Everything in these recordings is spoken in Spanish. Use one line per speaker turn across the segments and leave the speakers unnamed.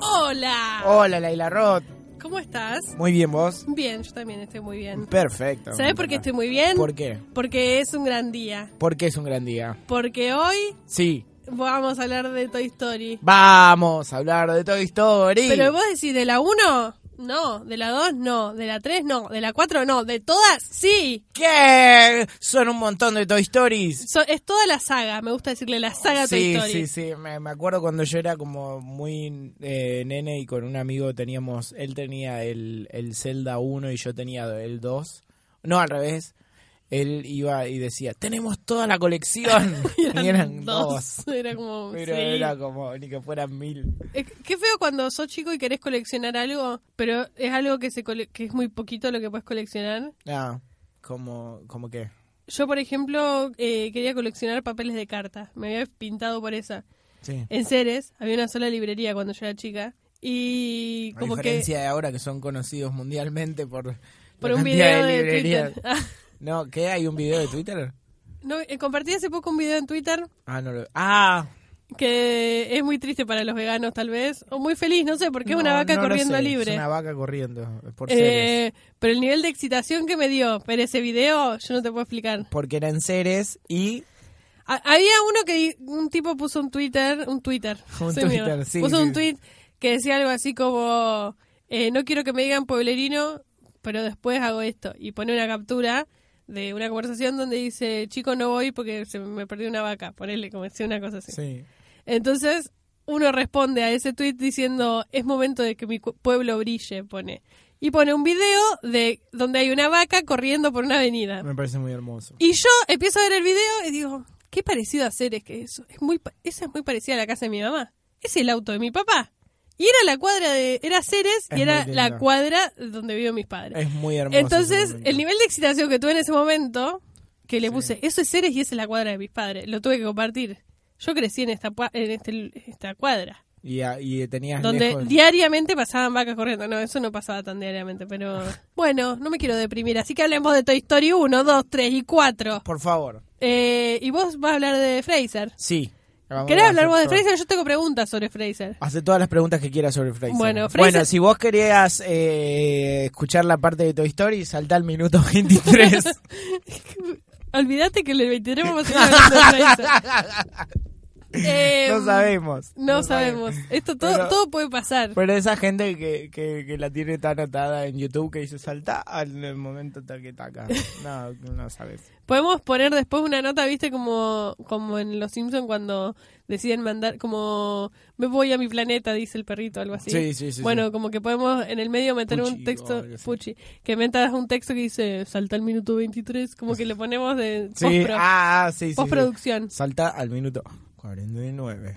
Hola.
Hola, Laila Roth.
¿Cómo estás?
Muy bien, vos.
Bien, yo también estoy muy bien.
Perfecto.
¿Sabes por qué estoy muy bien?
¿Por qué?
Porque es un gran día.
Porque es un gran día.
Porque hoy
Sí.
vamos a hablar de Toy Story.
Vamos a hablar de Toy Story.
Pero vos decís, ¿de la 1? No. ¿De la 2? No. ¿De la 3? No. ¿De la 4? No. ¿De todas? Sí.
¿Qué? Son un montón de Toy Stories.
So- es toda la saga. Me gusta decirle la saga Toy
Sí,
Story.
sí, sí. Me, me acuerdo cuando yo era como muy eh, nene y con un amigo teníamos. Él tenía el, el Zelda 1 y yo tenía el 2. No, al revés. Él iba y decía: Tenemos toda la colección.
Y
y eran dos.
Era como.
Pero
sí.
era como ni que fueran mil.
Eh, Qué feo cuando sos chico y querés coleccionar algo, pero es algo que, se cole- que es muy poquito lo que puedes coleccionar.
Ah, como, como que.
Yo, por ejemplo, eh, quería coleccionar papeles de cartas. Me había pintado por esa.
Sí.
En Ceres había una sola librería cuando yo era chica. Y
A
como
diferencia
que.
de ahora que son conocidos mundialmente por, la
Por un
cantidad
video de,
librerías.
Twitter. Ah,
No, ¿qué? ¿Hay un video de Twitter?
no, eh, compartí hace poco un video en Twitter
Ah, no lo. ¡Ah!
que es muy triste para los veganos, tal vez. O muy feliz, no sé, porque es una
No,
vaca
no lo
corriendo
sé.
libre.
Es una vaca corriendo, por seres.
Eh, pero el nivel de excitación que me dio ver ese video, yo no te puedo explicar.
Porque eran seres y.
Ha- Había uno que di- un tipo puso un Twitter, un Twitter,
Un
soy
Twitter,
mierda.
sí,
puso
sí.
un tweet que decía algo así como eh, no quiero que me digan pueblerino, pero después hago esto y pone una captura de una conversación donde dice chico no voy porque se me perdió una vaca, ponele como decía una cosa así.
Sí.
Entonces uno responde a ese tweet diciendo es momento de que mi cu- pueblo brille, pone y pone un video de donde hay una vaca corriendo por una avenida.
Me parece muy hermoso.
Y yo empiezo a ver el video y digo, qué parecido a Ceres que eso. Es muy, pa- esa es muy parecida a la casa de mi mamá. Es el auto de mi papá. Y era la cuadra de. Era Ceres
Es
y era
muy
la
lindo.
cuadra donde viven mis padres.
Es muy hermoso.
Entonces,
ese momento.
el nivel de excitación que tuve en ese momento, que le puse, eso es Ceres y esa es la cuadra de mis padres. Lo tuve que compartir. Yo crecí en esta, pua- en este- esta cuadra,
Y, a- y tenías.
donde
lejos-
diariamente pasaban vacas corriendo. No, eso no pasaba tan diariamente, pero
Ah.
bueno, no me quiero deprimir. Así que hablemos de Toy Story 1, 2, 3 y 4.
Por favor.
Eh, y vos vas a hablar de Fraser.
Sí. Vamos
¿Querés
a
hablar vos de
hacer todo.
Fraser? Yo tengo preguntas sobre Fraser.
Hace todas las preguntas que quieras sobre Fraser.
Bueno, Fraser-
Bueno, si vos querías eh, escuchar la parte de Toy Story, salta al minuto 23.
Olvídate que el 23 vamos a seguir hablando de Fraser. Em,
no sabemos.
No, sabemos. Esto todo,
Pero-
todo puede pasar.
Pero esa gente que, que, que la tiene tan atada en YouTube que dice salta al momento tal que taca. No, no sabes.
Podemos poner después una nota, viste, como, como en Los Simpsons cuando deciden mandar, como me voy a mi planeta, dice el perrito, algo así.
Sí, sí, sí,
Bueno, como que podemos en el medio meter
Puchi,
un texto,
o algo así.
Puchi, que metas un texto que dice salta el minuto 23, como que le ponemos de
Pues Sí,
postpro-
ah, ah, sí, sí, sí.
postproducción.
Salta al minuto 49.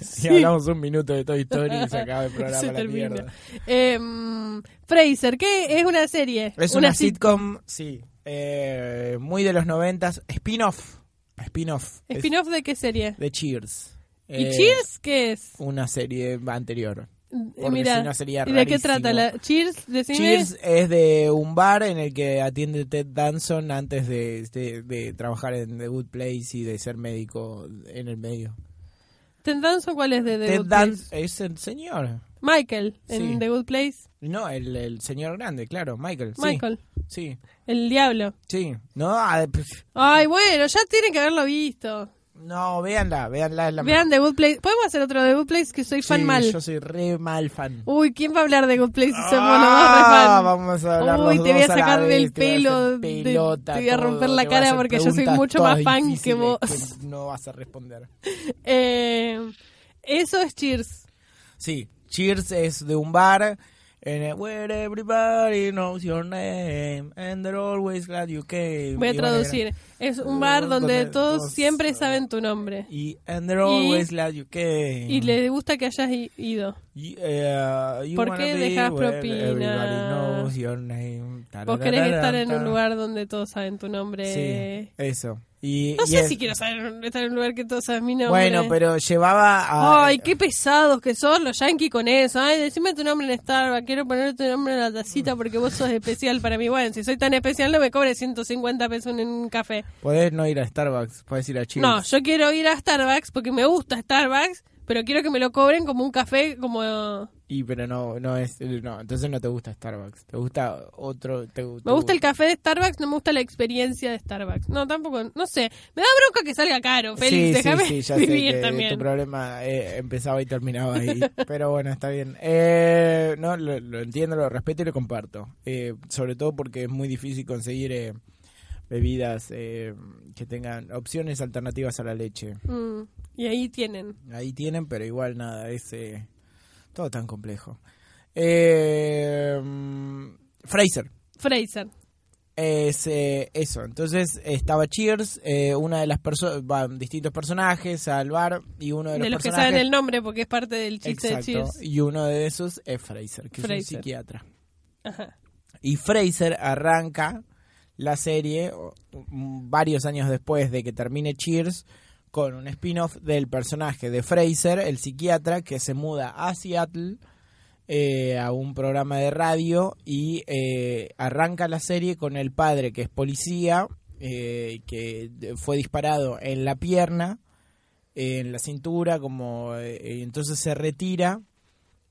Si hablamos un minuto de Toy Story y se acaba el programa
Se
a la
termina.
mierda.
Em, Fraser, ¿qué es una serie?
Es una,
sit-
sitcom, sí, eh, muy de los noventas, spin-off, spin-off, es
¿Spin-off de qué serie?
de Cheers.
¿Y
Eh,
Cheers qué es?
Una serie anterior.
Mira,
porque si no sería
¿y de qué
rarísimo.
trata? La, ¿Cheers? Decime.
Cheers es de un bar en el que atiende Ted Danson antes de, de- de trabajar en The Good Place y de ser médico en el medio.
¿Ted Danson cuál es de The
Ted
Good
Danson
Place?
es el señor.
Michael, en
Sí.
The Good Place.
No, el, el señor grande, claro, Michael. sí,
Michael,
Sí,
el diablo.
sí. No, ah, pf,
Ay, bueno, ya tienen que haberlo visto.
no, véanla, véanla. es la
Vean The Good Place. ¿Podemos hacer otro The Good Place? Que soy
Sí,
fan mal.
Yo soy re mal fan.
Uy, ¿quién va a hablar de Good Place si somos los dos re
Ah,
fan?
Vamos a hablar
Uy,
los
te voy
dos
a
la
sacar
vez,
del
te voy a
pelo,
hacer
de-
pelota,
te voy a
todo,
romper la
te voy a
cara
hacer
porque yo soy
preguntas
mucho más
todas
fan que
difíciles
vos.
que No vas a responder.
Eh, eso es Cheers.
Sí, Cheers es de un bar. En el, Where everybody knows your name and they're always glad you came.
Voy a
Y bueno,
traducir. Es un bar donde todos siempre saben tu nombre.
Y and they're always glad you came.
Y le gusta que hayas i- ido.
Y, eh, you
¿Por
wanna
qué
be
dejas
where
propina?
everybody knows your name.
Vos querés estar en
Tarararanta.
un lugar donde todos saben tu
Sí,
nombre.
eso. Y,
Eh, No
y
sé
es-
si quiero saber- estar en un lugar que todos saben mi nombre.
Bueno, pero llevaba a.
Ay, qué pesados que son los yankees con eso. Ay, decime tu nombre en Starbucks. Quiero poner tu nombre en la tacita porque vos sos especial para mí. Bueno, si soy tan especial, no me cobre 150 pesos en un café.
Podés no ir a Starbucks, podés ir a Cheers.
No, yo quiero ir a Starbucks porque me gusta Starbucks, pero quiero que me lo cobren como un café, como
Y pero no, no es, no, entonces no te gusta Starbucks, te gusta otro, te,
Me gusta el café de Starbucks, no me gusta la experiencia de Starbucks. No, tampoco, no sé. Me da bronca que salga caro, Félix, déjame vivir
que
también.
tu problema eh, empezaba y terminaba ahí, pero bueno, está bien. Eh, no, lo, lo entiendo, lo respeto y lo comparto, Eh, sobre todo porque es muy difícil conseguir eh, bebidas eh, que tengan opciones alternativas a la leche.
Mm, y ahí tienen.
Ahí tienen, pero igual nada, es eh, todo tan complejo. Eh, mm, Fraser.
Fraser.
Es eh, eso. Entonces estaba Cheers, eh, una de las personas, van distintos personajes al bar y uno de
De
los,
los, que
personajes-
saben el nombre porque es parte del chiste
Exacto,
de Cheers.
Y uno de esos es Fraser, que es un
Fraser.
psiquiatra.
Ajá.
Y Fraser arranca la serie o- m- varios años después de que termine Cheers con un spin-off del personaje de Fraser, el psiquiatra, que se muda a Seattle eh, a un programa de radio y eh, arranca la serie con el padre que es policía, eh, que de- fue disparado en la pierna, eh, en la cintura, como eh, y entonces se retira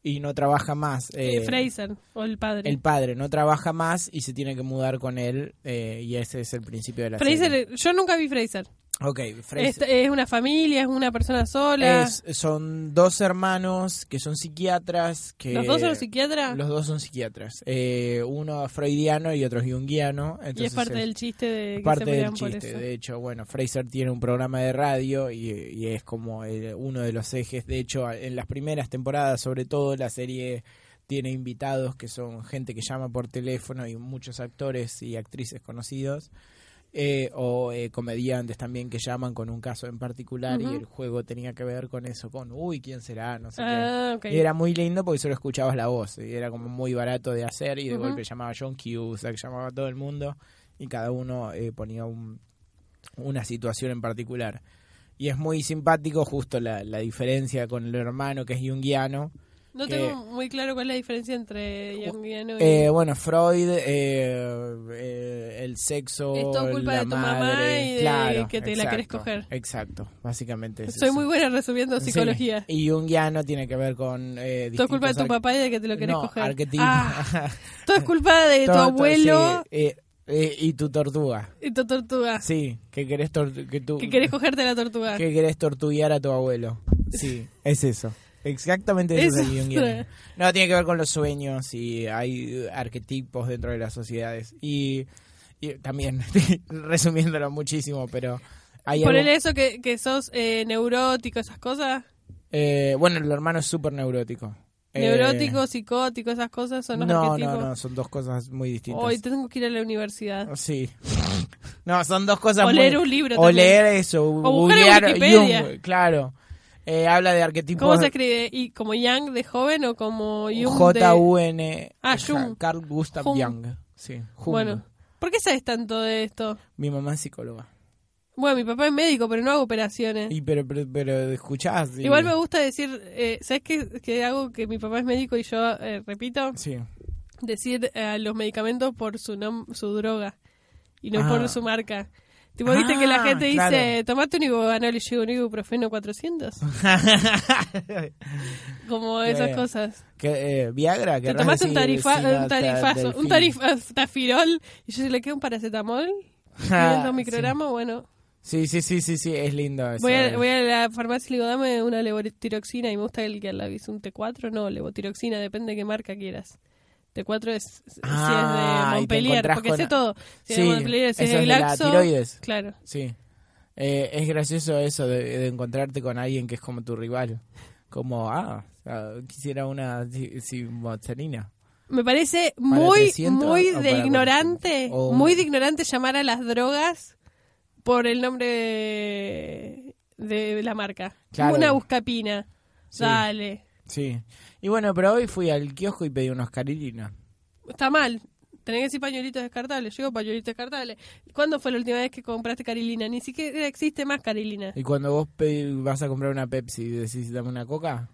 y no trabaja más.
Eh,
eh,
Fraser, o el padre.
el padre no trabaja más y se tiene que mudar con él eh, y ese es el principio de la serie.
Fraser, eh, yo nunca vi Fraser.
Ok,
Es,
Fraser.
es una familia, es una persona sola.
Es- son dos hermanos que son psiquiatras. Que
¿Los dos son psiquiatras?
eh, Los dos son psiquiatras. Eh, uno freudiano y otro junguiano. Entonces
y es parte del chiste de que
parte
se
del
pelean por
chiste.
eso.
De hecho, bueno, Fraser tiene un programa de radio y, y es como el- uno de los ejes. De hecho, a- en las primeras temporadas, sobre todo, la serie tiene invitados que son gente que llama por teléfono y muchos actores y actrices conocidos. eh, o eh, comediantes también que llaman con un caso en particular
Ujú.
y el juego tenía que ver con eso, con uy, ¿quién será? No sé qué.
Ah, ok.
Y era muy lindo porque solo escuchabas la voz. Y era como muy barato de hacer. Y de
Ujú.
golpe llamaba John Cusack, llamaba a todo el mundo. Y cada uno eh, ponía un- una situación en particular. Y es muy simpático justo la, la diferencia con el hermano que es junguiano.
no
que-
tengo muy claro cuál es la diferencia entre Jungiano y...
Eh, bueno, Freud, eh, eh, el sexo,
Es todo culpa
la
de tu mamá
madre,
y de
claro,
que te la querés coger.
Exacto, básicamente es
Soy
eso.
muy buena resumiendo
Sí,
psicología.
Y junguiano tiene que ver con... eh,
Todo es culpa de tu
distintos arque-
papá y de que te lo querés
no,
coger.
arquetipos.
Ah, todo es culpa de tu
Todo- todo-
abuelo
sí, eh, eh, y tu tortuga.
y tu tortuga.
Sí, que querés, tor- que tú,
Que querés cogerte la tortuga.
Uh. que querés tortuguear a tu abuelo. Sí, es eso. Exactamente eso, es
Eso.
el Jungiano. No, tiene que ver con los sueños y hay eh, arquetipos dentro de las sociedades. Y, y también, resumiéndolo muchísimo, pero hay algo-
Ponele eso que, que sos eh, neurótico, esas cosas.
eh, bueno, el hermano es súper neurótico. Eh,
Neurótico, psicótico, esas cosas son los
no,
arquetipos.
no, no, son dos cosas muy distintas.
Hoy tengo que ir a la universidad.
Sí. No, son dos cosas
O
muy-
leer un libro
O
también.
leer eso.
buscar en
googlear
Wikipedia.
Jung, claro. Eh, habla de arquetipos.
¿Cómo se escribe? ¿Y como Yang de joven o como Jung de...
J-U-N.
Ah,
Ja-
Jung.
Carl Gustav
Jung.
Jung. Sí, Jung.
Bueno, ¿por qué sabes tanto de esto?
Mi mamá es psicóloga.
Bueno, mi papá es médico, pero no hago operaciones.
Y pero, pero, pero escuchás. y-
Igual me gusta decir, eh, ¿sabes qué, qué hago que mi papá es médico y yo eh, repito?
Sí.
Decir eh, los medicamentos por su, nom- su droga y no
Ah.
por su marca. Tipo, viste que la
Ah,
gente
claro.
dice, tomate un ibuganol y llevo un ibuprofeno 400. Como esas
Bien.
cosas.
que, eh, Viagra, que
Te tomaste un, tarifa, un tarifazo, un tarifafirol y yo le quedo un paracetamol, 500 microgramos, bueno.
Sí, sí, sí, sí, sí, es lindo eso.
Voy
eh.
a, voy a la farmacia y le digo, dame una levotiroxina y me gusta el que al lado dice un T4, no, levotiroxina, depende de qué marca quieras. T4 es
Ah,
si es de
y te
Montpellier,
encontrás
porque
con-
sé todo. Si es
Sí,
de Montpellier, si es
eso
de
es de la
Glaxo,
tiroides.
Claro.
Sí. Eh, es gracioso eso de, de encontrarte con alguien que es como tu rival. Como, ah, ah, quisiera una si- simoxerina.
Me parece
Para
muy,
300
muy
o
de
para
ignorante,
400. O-
muy de ignorante llamar a las drogas por el nombre de, de la marca.
Claro.
Una buscapina.
Sí.
Dale.
Sí. Y bueno, pero hoy fui al kiosco y pedí unos carilinas.
Está mal. Tenés que decir pañuelitos descartables. Llego pañuelitos descartables. ¿Cuándo fue la última vez que compraste carilina? Ni siquiera existe más carilina.
Y cuando vos pe- vas a comprar una Pepsi y decís, dame una coca.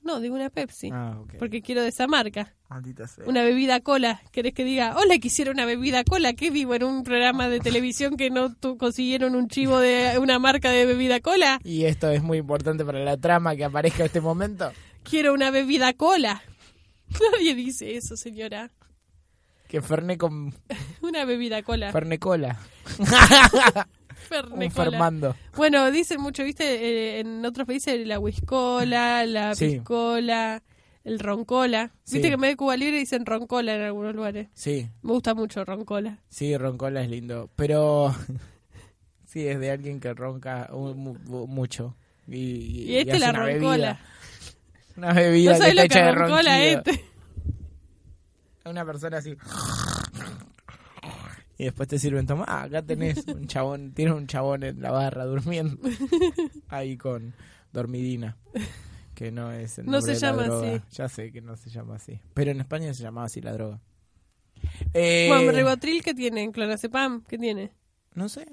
No, digo una Pepsi.
Ah, ok.
Porque quiero de esa marca.
Maldita sea.
Una bebida cola. ¿Querés que diga, hola, quisiera una bebida cola? Que vivo en un programa de televisión que no tu- consiguieron un chivo de una marca de bebida cola?
Y esto es muy importante para la trama que aparezca este momento.
Quiero una bebida cola. Nadie dice eso, señora.
Que Ferné con
Una bebida cola.
Ferné cola.
Fernet cola.
Un Fermando.
Bueno, dicen mucho, viste, Eh, en otros países la whiskola, la
Sí.
piscola, el roncola. Viste
Sí.
que en vez de Cuba Libre dicen roncola en algunos lugares.
Sí,
Me gusta mucho roncola.
sí, roncola es lindo. Pero sí, es de alguien que ronca un- mu- mu- mucho. Y, y-
Y este
hace
la
una
roncola.
bebida. Una bebida
no
que
sabes
está
lo que
hecha de
roncola
ronquido.
este.
Una persona así. Y después te sirven, toma, ah, acá tenés un chabón, tiene un chabón en la barra durmiendo. Ahí con dormidina. Que no es el
No
nombre
se
de la
llama
droga.
así.
Ya sé que no se llama así. Pero en España se llamaba así la droga. Eh,
Bueno, Ribotril, ¿qué tiene? ¿Clorazepam? ¿Qué tiene?
No sé.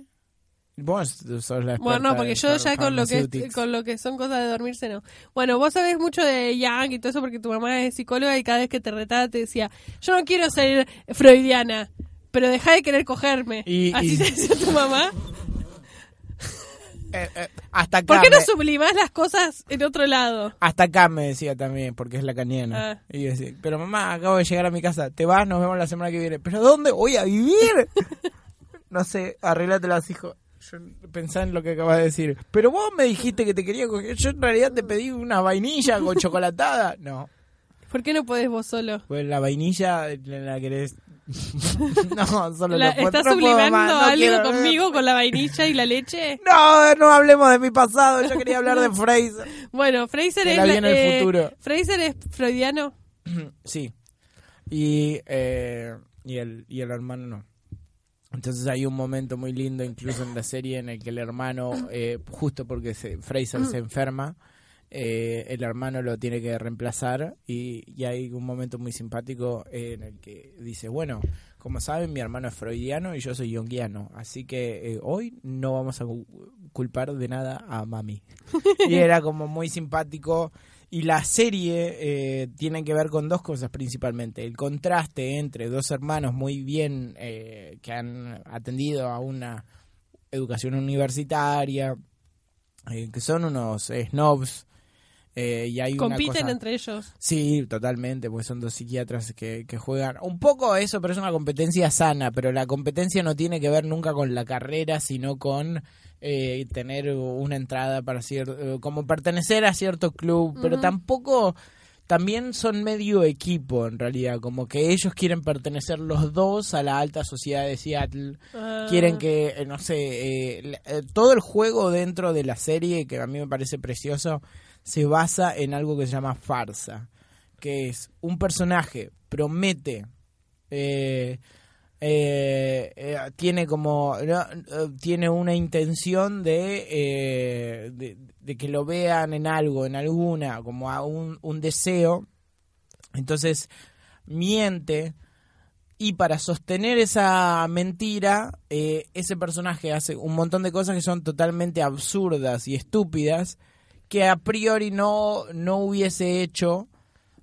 Vos sos la
Bueno, no,
experta
porque
en
yo ya con lo que
pharmaceutics.
con lo que son cosas de dormirse no. Bueno, vos sabés mucho de Yang y todo eso porque tu mamá es psicóloga y cada vez que te retaba te decía, "Yo no quiero ser freudiana, pero deja de querer cogerme."
Y-
Así
y-
te decía tu mamá.
Eh, eh, hasta acá.
¿Por qué no
me-
sublimás las cosas en otro lado?
Hasta acá me decía también, porque es la caniana.
Ah.
Y yo decía, pero mamá, acabo de llegar a mi casa. Te vas, nos vemos la semana que viene. ¿Pero dónde voy a vivir? no sé, arréglatelas, hijo. Yo pensá en lo que acabas de decir. Pero vos me dijiste que te quería coger. Yo en realidad te pedí una vainilla con chocolatada. No,
¿Por qué no podés vos solo?
pues la vainilla la querés. no, solo
La-
no puedo-
¿Estás
no puedo
sublimando
más, no
algo
quiero-
conmigo con la vainilla y la leche?
No, no hablemos de mi pasado. Yo quería hablar de Fraser.
Bueno, Fraser
Que
es
la vi en el
eh,
futuro.
Fraser es freudiano.
Sí. Y, eh, y, el, y el hermano no. Entonces hay un momento muy lindo, incluso en la serie, en el que el hermano, eh, justo porque se, Fraser se enferma, eh, el hermano lo tiene que reemplazar y, y hay un momento muy simpático eh, en el que dice, bueno, como saben, mi hermano es freudiano y yo soy yonguiano, así que eh, hoy no vamos a cu- culpar de nada a mami. Y era como muy simpático. Y la serie eh, tiene que ver con dos cosas principalmente. El contraste entre dos hermanos muy bien eh, que han atendido a una educación universitaria, eh, que son unos snobs. eh, y hay una
Compiten
cosa...
entre ellos.
Sí, totalmente, pues son dos psiquiatras que, que juegan. Un poco eso, pero es una competencia sana, pero la competencia no tiene que ver nunca con la carrera, sino con eh, tener una entrada para cierto, como pertenecer a cierto club, pero tampoco, también son medio equipo en realidad, como que ellos quieren pertenecer los dos a la alta sociedad de Seattle
Ah.
quieren que, eh, no sé, eh, la- eh, todo el juego dentro de la serie, que a mí me parece precioso, se basa en algo que se llama farsa, que es un personaje promete, eh, eh, eh, tiene como, no, eh, tiene una intención de, eh, de, de que lo vean en algo, en alguna, como a un, un deseo, entonces miente. Y para sostener esa mentira, eh, ese personaje hace un montón de cosas que son totalmente absurdas y estúpidas que a priori no, no hubiese hecho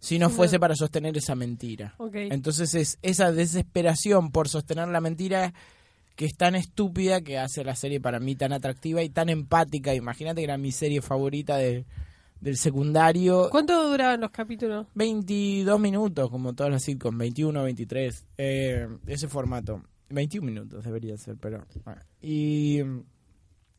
si no fuese para sostener esa mentira.
Ok.
Entonces es esa desesperación por sostener la mentira que es tan estúpida que hace la serie para mí tan atractiva y tan empática. Imagínate que era mi serie favorita de- del secundario.
¿Cuánto duraban los capítulos?
22 minutos, como todas las sitcoms, 21, 23, eh, ese formato. 21 minutos debería ser, pero... bueno. Y,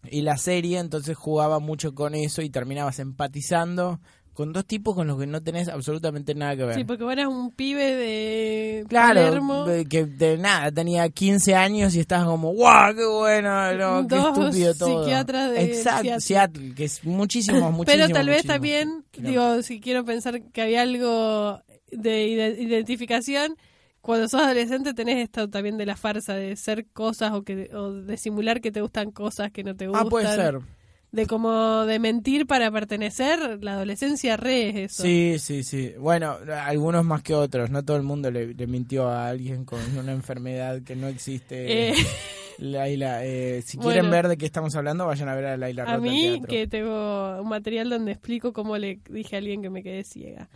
y la serie entonces jugaba mucho con eso y terminabas empatizando con dos tipos con los que no tenés absolutamente nada que ver.
Sí, porque vos eras un pibe de
Claro,
Palermo.
de- que de nada, tenía 15 años y estabas como, ¡guau! ¡Qué bueno! no, ¡Qué
Dos
estúpido todo!
psiquiatras de
Exacto,
Seattle.
Seattle. que es muchísimo, muchísimo.
Pero tal vez
muchísimo.
también,
Claro.
digo, si quiero pensar que había algo de ide- identificación, cuando sos adolescente tenés esto también de la farsa, de ser cosas o, que, o de simular que te gustan cosas que no te
Ah,
gustan.
puede ser.
De como de mentir para pertenecer, la adolescencia re es eso.
Sí, sí, sí. Bueno, algunos más que otros. No todo el mundo le, le mintió a alguien con una enfermedad que no existe.
Eh,
Laila, eh, si
Bueno.
quieren ver de qué estamos hablando, vayan a ver a Laila Rota
a
al
mí,
teatro.
que tengo un material donde explico cómo le dije a alguien que me quedé ciega.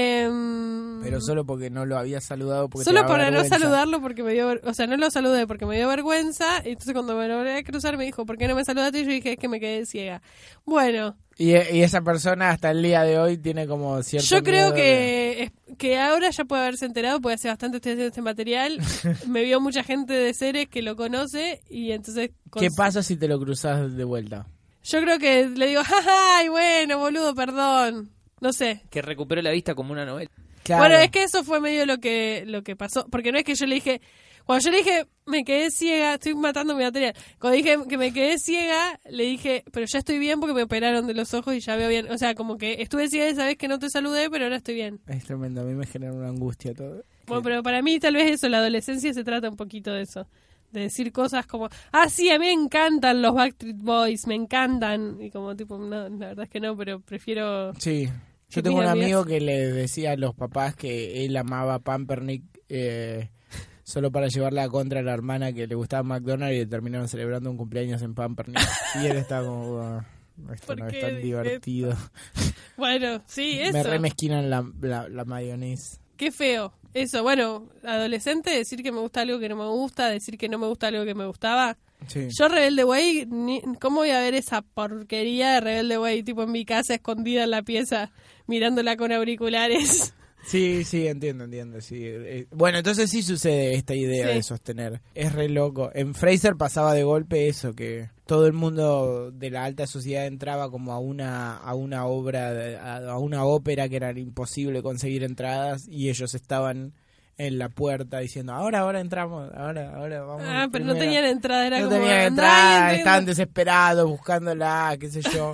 Em,
Pero solo porque no lo había saludado. Porque te
Solo
da
para no
vergüenza.
saludarlo porque me dio, ver- o sea, no lo saludé porque me dio vergüenza. y Entonces cuando me lo volví a cruzar me dijo, ¿por qué no me saludaste? Y yo dije, es que me quedé ciega. Bueno,
Y, y esa persona hasta el día de hoy tiene como cierto.
Yo creo
miedo de-
que, es- que ahora ya puede haberse enterado, porque hace bastante estoy haciendo este material. Me vio mucha gente de seres que lo conoce y entonces...
¿Qué
cons-
pasa si te lo cruzas de vuelta?
Yo creo que le digo, "Ja, ay, bueno, boludo, perdón. No sé.
Que recuperó la vista como una novela.
Bueno, es que eso fue medio lo que, lo que pasó. Porque no es que yo le dije. Cuando yo le dije, me quedé ciega, estoy matando mi material. Cuando dije que me quedé ciega, le dije, pero ya estoy bien porque me operaron de los ojos y ya veo bien. O sea, como que estuve ciega esa vez que no te saludé, pero ahora estoy bien.
Es tremendo, a mí me genera una angustia todo.
Bueno, pero para mí tal vez eso, la adolescencia se trata un poquito de eso. De decir cosas como, ah, sí, a mí me encantan los Backstreet Boys, me encantan. Y como tipo, no, la verdad es que no, pero prefiero...
Sí. Yo
Sí,
tengo un
mira, mira.
amigo que le decía a los papás que él amaba Pampernick eh, solo para llevarla contra a la hermana que le gustaba McDonald's y terminaron celebrando un cumpleaños en Pampernick. Y él estaba como, "Ah, esto
¿Por
no es
qué
tan
dije
divertido.
Bueno, sí, eso.
Me remezquinan la, la, la mayonesa.
Qué feo. Eso, bueno, adolescente, decir que me gusta algo que no me gusta, decir que no me gusta algo que me gustaba.
Sí.
Yo, Rebelde Way, ni- ¿cómo voy a ver esa porquería de Rebelde Way, tipo en mi casa, escondida en la pieza, mirándola con auriculares?
Sí, sí, entiendo, entiendo. Sí. Eh, Bueno, entonces sí sucede esta idea
Sí.
de sostener. Es re loco. En Fraser pasaba de golpe eso, que todo el mundo de la alta sociedad entraba como a una, a una obra, de- a, a una ópera que era imposible conseguir entradas y ellos estaban en la puerta diciendo, ahora, ahora entramos, ahora, ahora vamos.
Ah, pero no
primero".
tenían entrada, era
No
como.
tenían
"Andá,
entrada,
entren".
estaban desesperados buscándola, qué sé yo.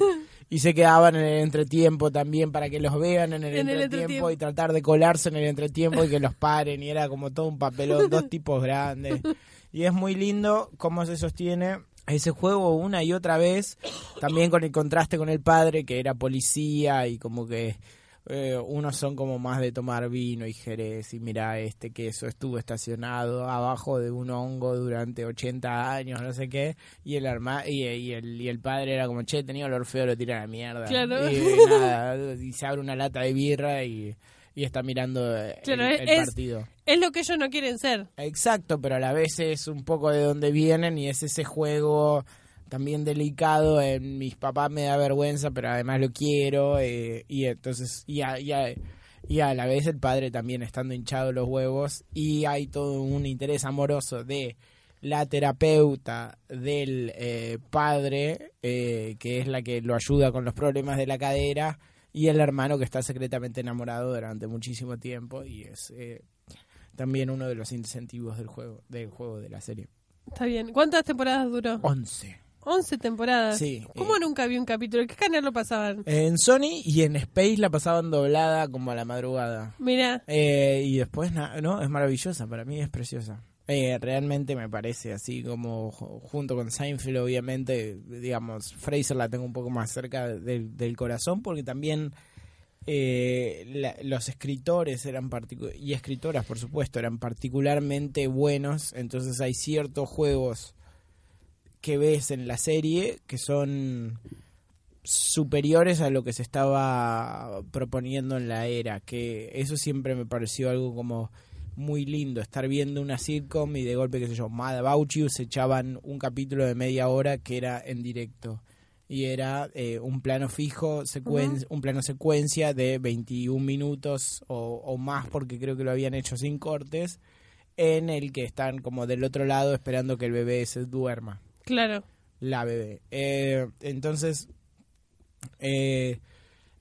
Y se quedaban en el entretiempo también para que los vean en el,
En el
entretiempo,
entretiempo.
y tratar de colarse en el entretiempo y que los paren. Y era como todo un papelón, dos tipos grandes. Y es muy lindo cómo se sostiene ese juego una y otra vez. También con el contraste con el padre, que era policía y como que. eh, unos son como más de tomar vino y jerez y mira este queso estuvo estacionado abajo de un hongo durante 80 años, no sé qué, y el arma y, y el, y el padre era como, che, tenía olor feo, lo tira a la mierda.
Claro.
Y, eh, nada, y se abre una lata de birra y, y está mirando eh,
Claro,
el, el
es-
partido.
Es lo que ellos no quieren ser.
Exacto, pero a la vez es un poco de dónde vienen y es ese juego también delicado. En mis papás me da vergüenza, pero además lo quiero. eh, y entonces, y a, y a- y a la vez el padre también estando hinchado los huevos. Y hay todo un interés amoroso de la terapeuta del eh, padre, eh, que es la que lo ayuda con los problemas de la cadera. Y el hermano que está secretamente enamorado durante muchísimo tiempo y es eh, también uno de los incentivos del juego, del juego de la serie.
Está bien. ¿Cuántas temporadas duró?
11.
11 temporadas.
Sí,
¿Cómo
eh.
nunca vi un capítulo? ¿Qué canal lo pasaban?
En Sony y en Space la pasaban doblada como a la madrugada.
Mira,
Eh, y después, na- no, es maravillosa, para mí es preciosa. Eh, realmente me parece así como ju- junto con Seinfeld, obviamente, digamos, Fraser la tengo un poco más cerca del, del corazón porque también eh, la- los escritores eran particu- y escritoras, por supuesto, eran particularmente buenos, entonces hay ciertos juegos que ves en la serie que son superiores a lo que se estaba proponiendo en la era, que eso siempre me pareció algo como muy lindo, estar viendo una sitcom y de golpe, qué sé yo, Mad About You se echaban un capítulo de media hora que era en directo y era eh, un plano fijo, secuen- un plano secuencia de 21 minutos o, o más porque creo que lo habían hecho sin cortes, en el que están como del otro lado esperando que el bebé se duerma
claro.
la bebé. Eh, entonces, eh,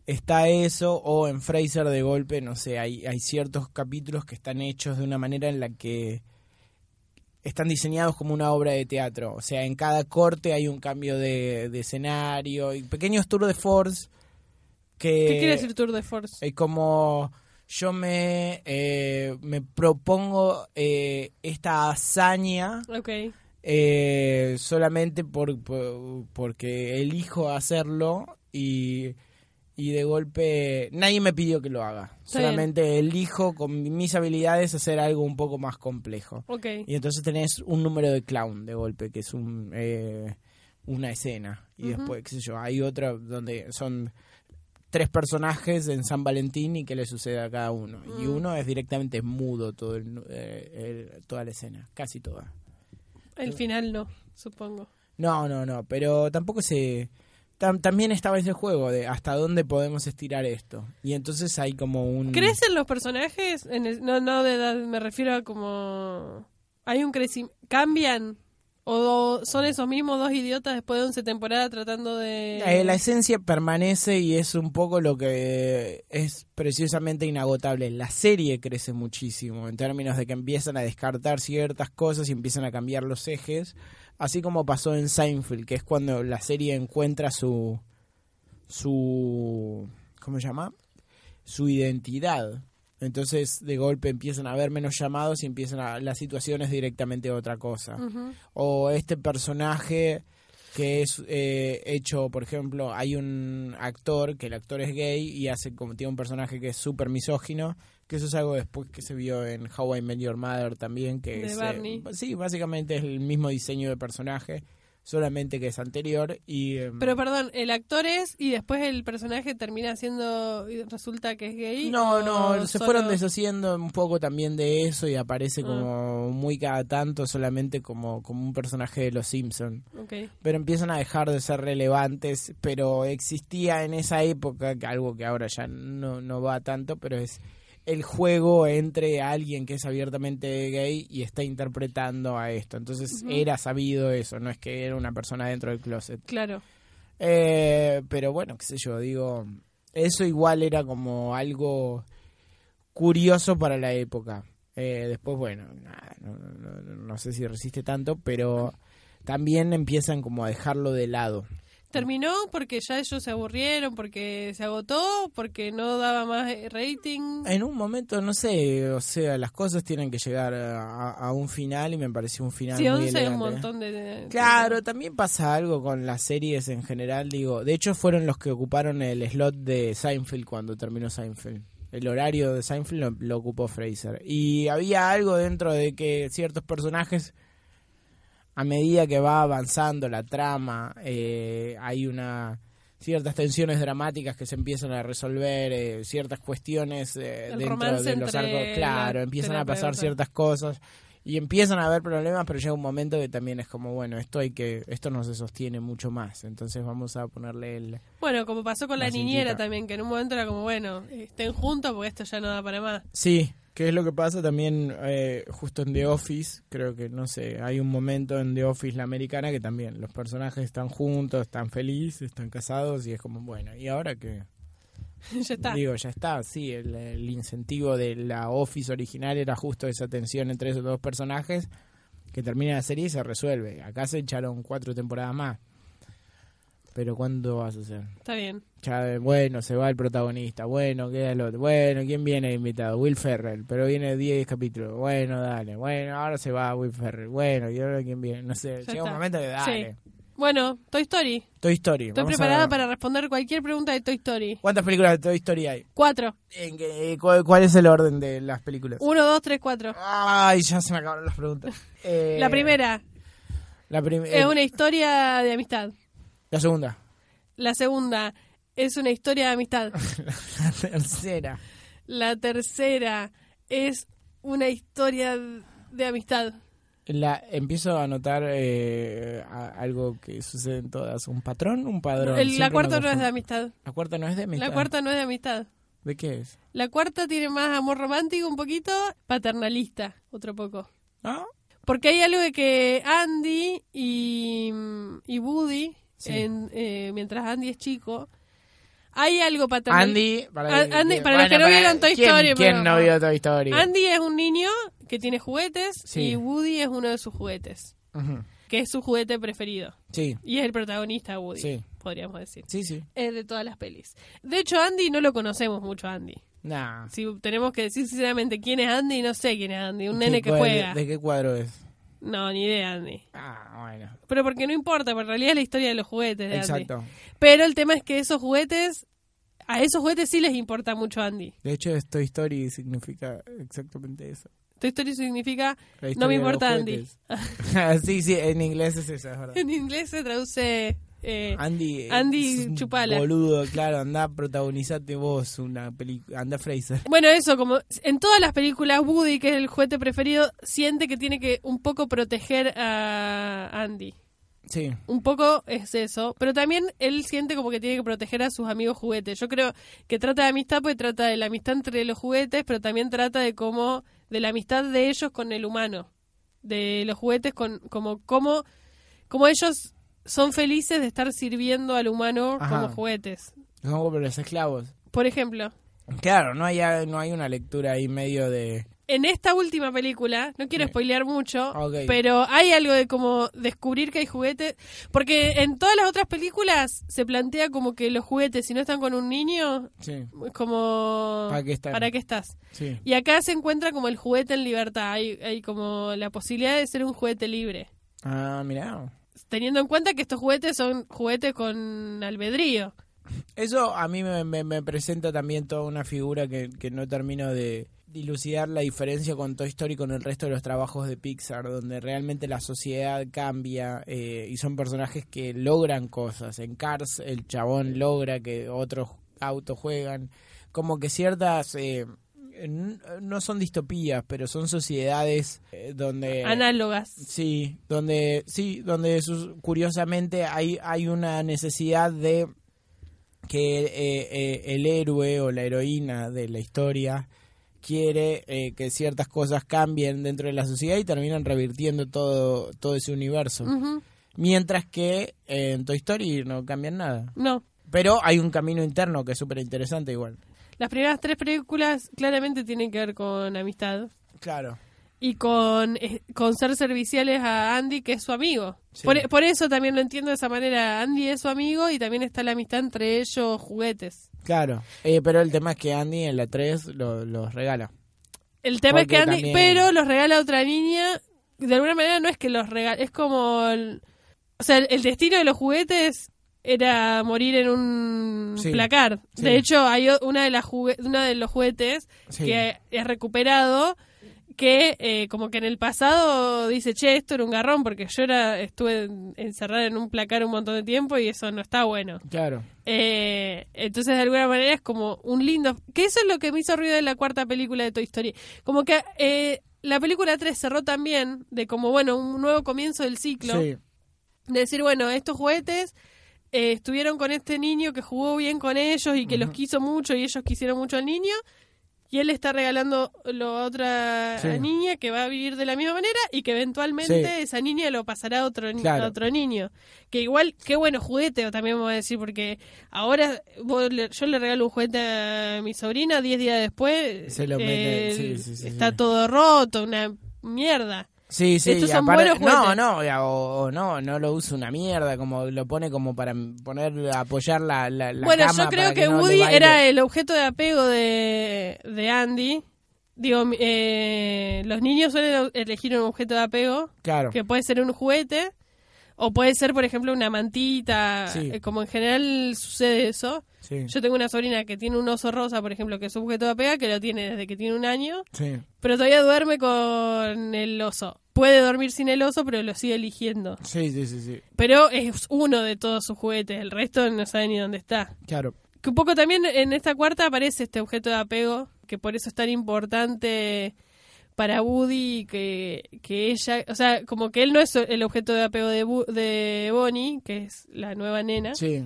está eso, o en Fraser de golpe, no sé, hay, hay ciertos capítulos que están hechos de una manera en la que están diseñados como una obra de teatro. O sea, en cada corte hay un cambio de, de escenario y pequeños tours de force que...
¿Qué quiere decir Tour de Force?
Es como yo me, eh, me propongo eh, esta hazaña
Ok.
eh, solamente por, por- porque elijo hacerlo y, y de golpe nadie me pidió que lo haga.
Está
solamente elijo con mis habilidades hacer algo un poco más complejo.
Ok.
Y entonces tenés un número de clown de golpe, que es un, eh, una escena. Y después, qué sé yo, hay otra donde son tres personajes en San Valentín y qué le sucede a cada uno. Y uno es directamente mudo todo el nu- eh, el- toda la escena, casi toda. Eh.
El final no, supongo.
No, no, no, pero tampoco se tam- también estaba ese juego de hasta dónde podemos estirar esto. Y entonces hay como un...
¿Crecen los personajes? En el- no, no de edad, me refiero a como... Hay un crecimiento... ¿Cambian? ¿O do-
Mm.
son esos mismos dos idiotas después de 11 temporadas tratando de...
Eh, la esencia permanece y es un poco lo que es preciosamente inagotable. La serie crece muchísimo en términos de que empiezan a descartar ciertas cosas y empiezan a cambiar los ejes, así como pasó en Seinfeld, que es cuando la serie encuentra su su ¿cómo se llama? su identidad. Entonces, de golpe empiezan a haber menos llamados y empiezan a las situaciones directamente a otra cosa
Ujú.
o este personaje que es eh, hecho, por ejemplo, hay un actor que el actor es gay y hace como tiene un personaje que es súper misógino, que eso es algo después que se vio en How I Met Your Mother también, que
De
es, eh,
Barney.
sí, básicamente es el mismo diseño de personaje, solamente que es anterior y eh,
Pero perdón, el actor es y después el personaje termina siendo... y Resulta que es gay.
No,
o
no, se
solo- Ah.
fueron deshaciendo un poco también de eso y aparece como muy cada tanto solamente como, como un personaje de los Simpson.
Ok.
pero empiezan a dejar de ser relevantes, pero existía en esa época, que algo que ahora ya no, no va tanto, pero es el juego entre alguien que es abiertamente gay y está interpretando a esto. Entonces era sabido eso, no es que era una persona dentro del closet.
Claro.
Eh, pero bueno, qué sé yo, digo, eso igual era como algo curioso para la época. Eh, después, bueno, nada, no, no- no- no sé si resiste tanto, pero también empiezan como a dejarlo de lado.
Terminó porque ya ellos se aburrieron, porque se agotó, porque no daba más eh, rating.
En un momento, no sé, o sea, las cosas tienen que llegar a, a un final y me pareció un final
Sí,
muy
11 es
elegante. ¿eh?
un montón de- de...
Claro, también pasa algo con las series en general, digo. De hecho, fueron los que ocuparon el slot de Seinfeld cuando terminó Seinfeld. El horario de Seinfeld lo, lo ocupó Fraser. Y había algo dentro de que ciertos personajes, a medida que va avanzando la trama, eh, hay una ciertas tensiones dramáticas que se empiezan a resolver, eh, ciertas cuestiones eh,
El
dentro
romance
de los
entre
arcos.
la
Claro, empiezan a pasar
terapeuta.
ciertas cosas y empiezan a haber problemas, pero llega un momento que también es como, bueno, esto hay que esto no se sostiene mucho más, entonces vamos a ponerle el
Bueno, como pasó con la,
La
niñera
cintita.
también, que en un momento era como, bueno, estén juntos porque esto ya no da para más.
Sí, que es lo que pasa también eh, justo en The Office, creo que no sé, hay un momento en The Office la americana que también los personajes están juntos, están felices, están casados y es como, bueno, ¿y ahora qué?
ya está.
Digo, ya está, sí, el, el incentivo de la Office original era justo esa tensión entre esos dos personajes que termina la serie y se resuelve. Acá se echaron cuatro temporadas más. Pero ¿cuánto vas a hacer?
Está bien.
Ya, eh, bueno, se va el protagonista, bueno, queda el otro, bueno, ¿quién viene de invitado? Will Ferrell, pero viene 10 capítulos, bueno, dale, bueno, ahora se va Will Ferrell, bueno, ¿y ahora quién viene? No sé,
Ya
llega un
está.
momento que dale.
Bueno, Toy Story.
Toy Story.
Estoy
vamos a
preparada
ver.
para responder cualquier pregunta de Toy Story.
¿Cuántas películas de Toy Story hay?
Cuatro.
¿En qué- cu- ¿Cuál es el orden de las películas?
Uno, dos, tres, cuatro.
Ay, ya se me acabaron las preguntas. Eh,
La primera
La, prim-
es
eh,
una historia de amistad.
la segunda.
La segunda es una historia de amistad.
la tercera.
La tercera es una historia de amistad.
La, empiezo a notar eh, a- algo que sucede en todas. ¿Un patrón? ¿Un padrón?
El- la
Siempre
cuarta
me
no es de
confundo.
amistad.
¿La cuarta no es de amistad?
La cuarta no es de amistad.
¿De qué es?
La cuarta tiene más amor romántico un poquito, paternalista otro poco.
¿Ah?
Porque hay algo de que Andy y, y Woody,
Sí.
en- eh, mientras Andy es chico, hay algo paternal.
Andy, para,
A- Andy, para los que no vieron Toy
¿quién-
Story,
¿Quién
pero-
no vio Toy Story?
Andy es un niño que tiene juguetes
Sí.
y Woody es uno de sus juguetes,
Ujú.
que es su juguete preferido.
Sí,
Y es el protagonista Woody,
Sí.
podríamos decir.
sí, sí.
Es de todas las pelis. De hecho, Andy no lo conocemos mucho, Andy.
Nah.
Si tenemos que decir sinceramente quién es Andy, no sé quién es Andy. Un nene
¿Qué
que
cuadro-
juega.
¿De qué cuadro es?
No, ni idea, Andy.
Ah, bueno.
Pero porque no importa, porque en realidad es la historia de los juguetes de Andy.
Exacto.
Pero el tema es que esos juguetes, a esos juguetes sí les importa mucho Andy.
De hecho, es Toy Story significa exactamente eso.
Toy Story significa
La
no me
historia de los
importa Andy.
juguetes. sí, sí, en inglés es eso, es verdad.
en inglés se traduce eh,
Andy, eh,
Andy
es un
Chupala.
Boludo, claro, anda, protagonizate vos una película. Anda, Fraser.
Bueno, eso, como en todas las películas, Woody, que es el juguete preferido, siente que tiene que un poco proteger a Andy.
Sí.
Un poco es eso, pero también él siente como que tiene que proteger a sus amigos juguetes. Yo creo que trata de amistad porque trata de la amistad entre los juguetes, pero también trata de cómo, de la amistad de ellos con el humano, de los juguetes con, como, como, como ellos son felices de estar sirviendo al humano
Ajá.
como juguetes.
No, pero los esclavos.
Por ejemplo,
Claro, no hay, no hay una lectura ahí medio de...
en esta última película, no quiero spoilear mucho,
Ok.
pero hay algo de como descubrir que hay juguetes, porque en todas las otras películas se plantea como que los juguetes, si no están con un niño,
Sí,
es como...
¿Para qué están?
estás?
sí.
Y acá se encuentra como el juguete en libertad, hay, hay como la posibilidad de ser un juguete libre,
Ah, mirá.
teniendo en cuenta que estos juguetes son juguetes con albedrío.
Eso a mí me, me- me presenta también toda una figura que, que no termino de dilucidar la diferencia con Toy Story con el resto de los trabajos de Pixar, donde realmente la sociedad cambia eh, y son personajes que logran cosas. En Cars el chabón logra que otros autos juegan. Como que ciertas... eh, n- no son distopías, pero son sociedades eh, donde...
Análogas.
Sí, donde sí, donde sus- curiosamente hay hay una necesidad de que eh, eh, el héroe o la heroína de la historia quiere eh, que ciertas cosas cambien dentro de la sociedad y terminan revirtiendo todo todo ese universo.
Ujú.
Mientras que eh, en Toy Story no cambian nada.
No.
Pero hay un camino interno que es súper interesante igual.
Las primeras tres películas claramente tienen que ver con amistad.
Claro.
y con, eh, con ser serviciales a Andy, que es su amigo.
Sí.
Por, por eso también lo entiendo de esa manera. Andy es su amigo y también está la amistad entre ellos, juguetes.
Claro. Eh, pero el tema es que Andy en la 3 lo- los regala.
El tema
Porque
es que Andy,
también-
pero los regala a otra niña. De alguna manera no es que los regala, es como... el- o sea, el, el destino de los juguetes era morir en un
Sí.
placar.
Sí.
De hecho, hay o- una de, las jugue- una de los juguetes
Sí.
que es recuperado que eh, como que en el pasado dice che esto era un garrón porque yo era estuve en- encerrada en un placar un montón de tiempo y eso no está bueno
Claro.
Eh, entonces de alguna manera es como un lindo que eso es lo que me hizo ruido de la cuarta película de Toy Story como que eh, la película 3 cerró también de como bueno un nuevo comienzo del ciclo
Sí.
de decir, bueno, estos juguetes eh, estuvieron con este niño que jugó bien con ellos y que los quiso mucho y ellos quisieron mucho al niño. Y él le está regalando lo a otra
Sí.
niña que va a vivir de la misma manera y que eventualmente
Sí.
esa niña lo pasará a otro, ni-
Claro.
a otro niño. Que igual, qué bueno juguete, también vamos a decir, porque ahora vos le- yo le regalo un juguete a mi sobrina, 10 días después
Se lo mete, sí,
eh,
sí, sí,
está
sí.
todo roto, una mierda.
Sí, sí,
Estos
y
son
aparte-
buenos
no,
juguetes.
no, ya, o, o no, no lo usa una mierda, como lo pone como para poner, apoyar la, la, la
bueno,
cama
yo
para
creo que,
no le
Woody
baile.
era el objeto de apego de, de Andy. Digo, eh, los niños suelen elegir un objeto de apego,
Claro,
que puede ser un juguete, o puede ser, por ejemplo, una mantita,
Sí.
eh, como en general sucede eso.
sí,
Yo tengo una sobrina que tiene un oso rosa, por ejemplo, que es un objeto de apego, que lo tiene desde que tiene un año,
sí,
pero todavía duerme con el oso. Puede dormir sin el oso, pero lo sigue eligiendo.
sí, sí, sí, sí,
Pero es uno de todos sus juguetes, el resto no sabe ni dónde está.
claro,
Que un poco también en esta cuarta aparece este objeto de apego, que por eso es tan importante para Woody, que, que ella, o sea, como que él no es el objeto de apego de, Bu- de Bonnie, que es la nueva nena,
sí,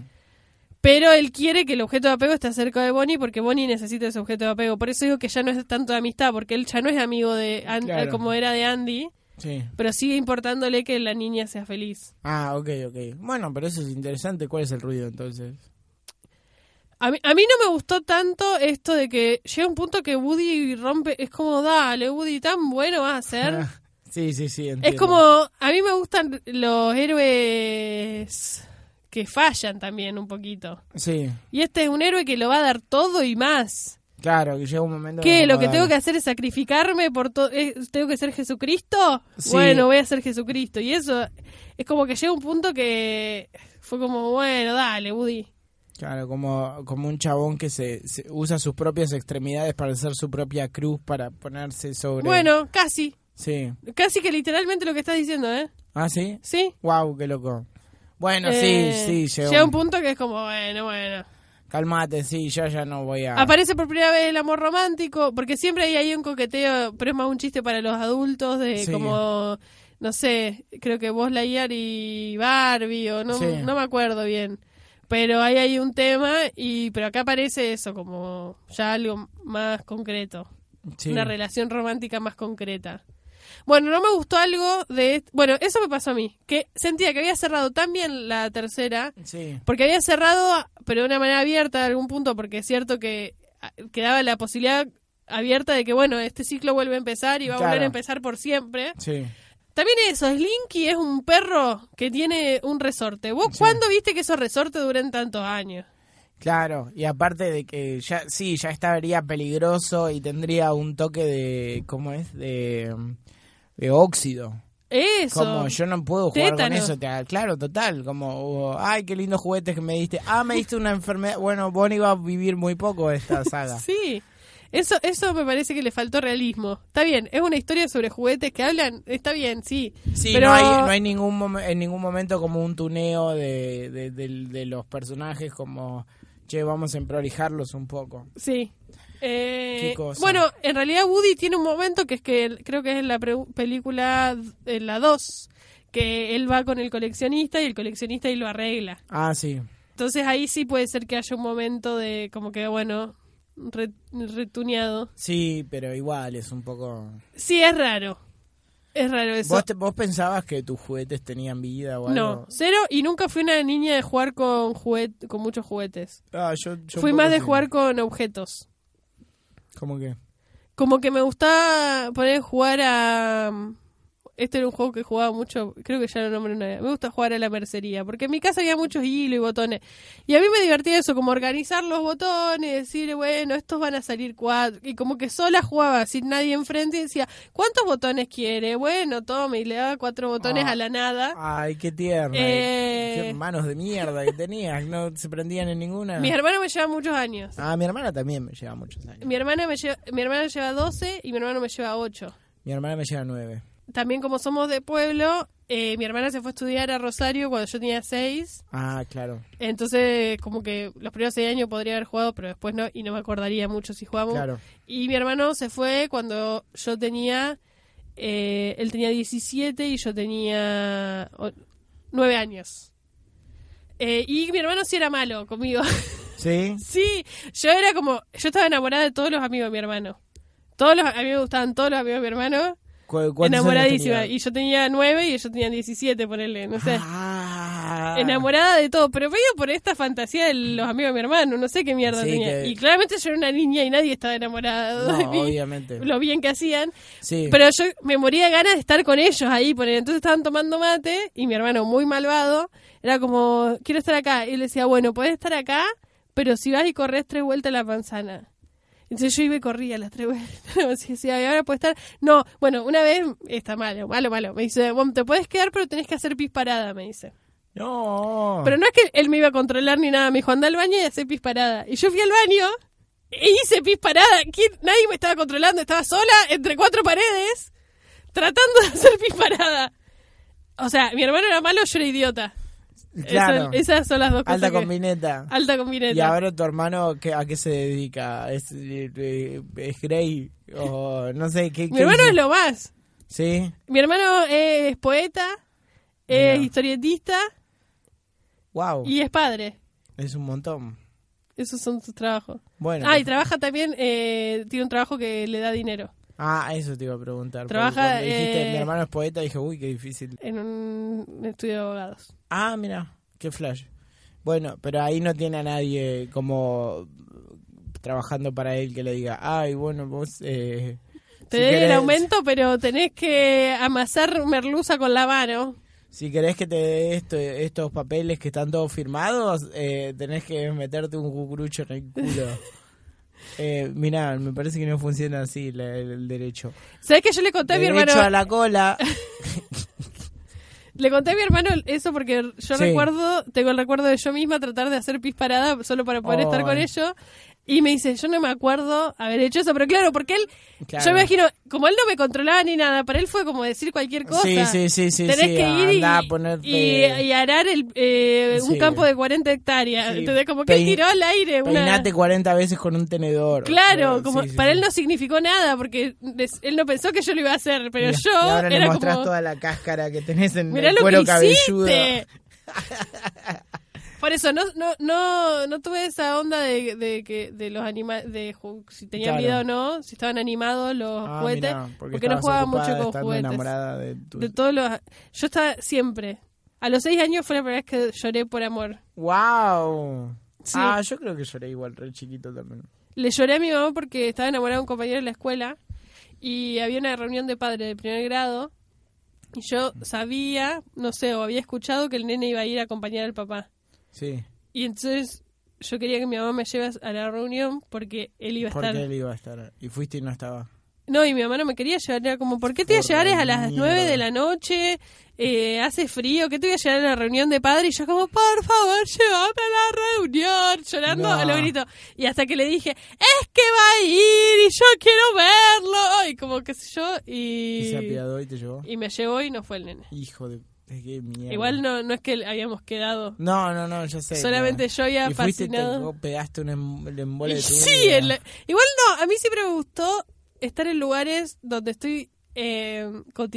pero él quiere que el objeto de apego esté cerca de Bonnie porque Bonnie necesita ese objeto de apego. Por eso digo que ya no es tanto de amistad, porque él ya no es amigo de An-
Claro.
como era de Andy,
sí.
pero sigue importándole que la niña sea feliz.
Ah, ok, ok. Bueno, pero eso es interesante. ¿Cuál es el ruido entonces?
A mí, a mí no me gustó tanto esto de que llega un punto que Woody rompe. Es como, dale, Woody, tan bueno vas a ser.
sí, sí, sí. Entiendo.
¿Eh? es como, a mí me gustan los héroes que fallan también un poquito.
Sí,
Y este es un héroe que lo va a dar todo y más.
claro, que llega un momento.
¿Qué?
como,
¿Lo que
dale.
tengo que hacer es sacrificarme por todo? ¿Tengo que ser Jesucristo?
Sí.
Bueno, voy a ser Jesucristo. Y eso es como que llega un punto que fue como, bueno, dale, Woody.
Claro, como, como un chabón que se, se usa sus propias extremidades para hacer su propia cruz para ponerse sobre.
Bueno, casi.
Sí.
Casi que literalmente lo que estás diciendo, ¿eh?
Ah, sí.
Sí.
Wow, qué loco. Bueno,
Eh,
sí, sí, llegó.
Llega un punto que es como, bueno, bueno.
Calmate, sí, yo ya no voy a.
Aparece por primera vez el amor romántico, porque siempre hay ahí un coqueteo, pero es más un chiste para los adultos, de
Sí.
como, no sé, creo que vos Lightyear y Barbie, o no,
Sí.
no me acuerdo bien. Pero ahí hay un tema, y pero acá aparece eso, como ya algo más concreto.
Sí.
Una relación romántica más concreta. Bueno, no me gustó algo de... est- Bueno, eso me pasó a mí, que sentía que había cerrado tan bien la tercera,
Sí.
porque había cerrado, pero de una manera abierta de algún punto, porque es cierto que ah, quedaba la posibilidad abierta de que, bueno, este ciclo vuelve a empezar y va a volver
Claro.
a empezar por siempre.
Sí.
También eso, Slinky es un perro que tiene un resorte. ¿Vos
Sí.
cuándo viste que esos resortes duran tantos años?
Claro, y aparte de que ya, sí, ya estaría peligroso y tendría un toque de, ¿cómo es? De, de óxido.
Eso.
Como yo no puedo jugar
Tétano.
con eso, te- claro, total, como, oh, ay, qué lindos juguetes que me diste, ah, me diste una enfermedad, bueno, Bonnie va a vivir muy poco esta saga.
Sí. Eso, eso me parece que le faltó realismo. Está bien, es una historia sobre juguetes que hablan, está bien, sí.
Sí,
pero
no hay, no hay ningún momen- en ningún momento como un tuneo de, de, del- de los personajes, como, che, vamos a emprolijarlos un poco.
Sí. Eh,
Qué cosa.
Bueno, en realidad Woody tiene un momento que es que él- creo que es en la pre- película, en la 2, que él va con el coleccionista y el coleccionista y lo arregla.
Ah, sí,
Entonces ahí sí puede ser que haya un momento de como que, bueno, re- retuneado.
sí, pero igual es un poco...
Sí, es raro. Es raro eso.
¿Vos, te- vos pensabas que tus juguetes tenían vida o algo?
No, cero y nunca fui una niña de jugar con juguet- con muchos juguetes.
Ah, yo, yo un
Fui
poco
más de
sí.
jugar con objetos.
¿Cómo que?
Como que me gustaba poner a jugar a... Este era un juego que jugaba mucho, creo que ya lo nombré una vez. Me gusta jugar a la mercería, porque en mi casa había muchos hilos y botones. Y a mí me divertía eso, como organizar los botones, decir, bueno, estos van a salir cuatro. Y como que sola jugaba, sin nadie enfrente, y decía, ¿cuántos botones quiere? Bueno, tome, y le daba cuatro botones
Ah.
a la nada.
Ay, qué tierna.
Eh.
Qué manos de mierda que tenías. No se prendían en ninguna.
Mis hermanos me llevan muchos años.
ah, mi hermana también me lleva muchos años.
Mi hermana me lleva, mi hermana lleva 12 y mi hermano me lleva 8.
Mi hermana me lleva nueve.
También como somos de pueblo, eh, mi hermana se fue a estudiar a Rosario cuando yo tenía 6.
Ah, claro.
Entonces, como que los primeros 6 años podría haber jugado, pero después no, y no me acordaría mucho si jugamos.
Claro.
Y mi hermano se fue cuando yo tenía, eh, él tenía 17 y yo tenía 9 años. Eh, y mi hermano sí era malo conmigo.
¿Sí?
Sí, yo era como, yo estaba enamorada de todos los amigos de mi hermano. Todos los, a mí me gustaban todos los amigos de mi hermano.
¿Cu- cuántos años
Enamoradísima.
tenía?
Y yo tenía nueve y ellos tenían 17, ponele, no sé.
Ah.
Enamorada de todo, pero medio por esta fantasía de los amigos de mi hermano, no sé qué mierda
Sí,
tenía.
que-
Y claramente yo era una niña y nadie estaba enamorado de
No,
mí,
obviamente.
lo bien que hacían.
Sí.
Pero yo me moría de ganas de estar con ellos ahí, ponele. Entonces estaban tomando mate y mi hermano, muy malvado, era como, quiero estar acá. Y le decía, bueno, podés estar acá, pero si vas y corres tres vueltas a la manzana. Entonces yo iba y corría las tres vueltas. Y decía, y ahora puedes estar. No, bueno, una vez está malo, malo, malo. Me dice, bueno, te puedes quedar, pero tenés que hacer pis parada, me dice.
No.
Pero no es que él me iba a controlar ni nada. Me dijo, anda al baño y hace pis parada. Y yo fui al baño e hice pis parada. ¿Quién? Nadie me estaba controlando. Estaba sola entre cuatro paredes tratando de hacer pis parada. O sea, mi hermano era malo, yo era idiota.
Claro.
Eso- esas son las dos cosas.
Alta
que- Ah,
combineta.
Alta combineta.
Y ahora tu hermano, ¿qué- ¿a qué se dedica? ¿Es, eh, es Grey? O no sé, ¿qué,
Mi
qué
hermano
hizo?
es lo más.
Sí.
Mi hermano es poeta, es
Mira.
historietista
Wow.
y es padre.
Es un montón.
Esos son sus trabajos.
Bueno.
Ah, y trabaja también, eh, tiene un trabajo que le da dinero.
Ah, eso te iba a preguntar. porque
Trabaja,
cuando dijiste,
eh,
mi hermano es poeta, dije, uy, qué difícil.
en un estudio de abogados.
Ah, mira, qué flash. Bueno, pero ahí no tiene a nadie como trabajando para él que le diga, ay, bueno, vos... Eh,
Te
si
den el
querés-
aumento, pero tenés que amasar merluza con la mano.
Si querés que te dé esto- estos papeles que están todos firmados, eh, tenés que meterte un cucurucho en el culo. eh, mirá, me parece que no funciona así la- el derecho.
¿Sabés que yo le conté a mi
derecho
hermano?
a la cola.
Le conté a mi hermano eso porque yo
Sí.
recuerdo, tengo el recuerdo de yo misma tratar de hacer pis parada solo para poder estar con
Ay.
ellos. Y me dice, yo no me acuerdo haber hecho eso, pero claro, porque él, yo me imagino, como él no me controlaba ni nada, para él fue como decir cualquier cosa.
Sí, sí, sí, sí.
Tenés
sí,
que ir y,
andá a ponerte-
y- y arar el, eh, un
Sí.
campo de 40 hectáreas.
Sí,
Entonces, como que él
pein-
tiró al aire eh, una...
Peinate 40 veces con un tenedor.
Claro,
Sí,
como
sí,
para
sí.
él no significó nada, porque des- él no pensó que yo lo iba a hacer, pero
Mirá,
yo
y ahora le
era
mostrás
como...
toda la cáscara que tenés en
Mirá
el
lo
cuero
que
cabelludo.
hiciste. Por eso no, no, no, no tuve esa onda de, de que de los animales de ju- si tenían
Claro.
vida o no, si estaban animados los
Ah,
juguetes,
mirá,
porque, no
estabas
jugaba
ocupada
mucho con
estando
juguetes.
enamorada de tu-
De todos los yo estaba siempre. A los seis años fue la primera vez que lloré por amor.
¡Wow!
Sí.
Ah, yo creo que lloré igual, re chiquito también.
Le lloré a mi mamá porque estaba enamorada de un compañero de la escuela y había una reunión de padres de primer grado y yo sabía, no sé, o había escuchado que el nene iba a ir a acompañar al papá.
Sí,
Y entonces yo quería que mi mamá me lleve a la reunión porque él iba a
porque
estar.
él iba a estar. Y fuiste y no estaba.
No, y mi mamá no me quería llevar. Era como, ¿por qué te iba a
Por
llevar? Es a
la
las
mierda.
9 de la noche, eh, hace frío, ¿qué te voy a llevar a la reunión de padre? Y yo, como, por favor, llévame a la reunión, llorando a lo
No.
grito. Y hasta que le dije, es que va a ir y yo quiero verlo. Y como, qué sé yo,
Y,
y.
se apiadó y te llevó.
Y me llevó y no fue el nene.
Hijo de... de qué mierda.
Igual no, no es que habíamos quedado.
No, no, no, ya sé.
Solamente yo había
Y fuiste y te
fascinado.
co- pegaste un em- el embole de tu
Sí,
vida. Ah,
el- igual no, a mí siempre me gustó estar en lugares donde estoy eh,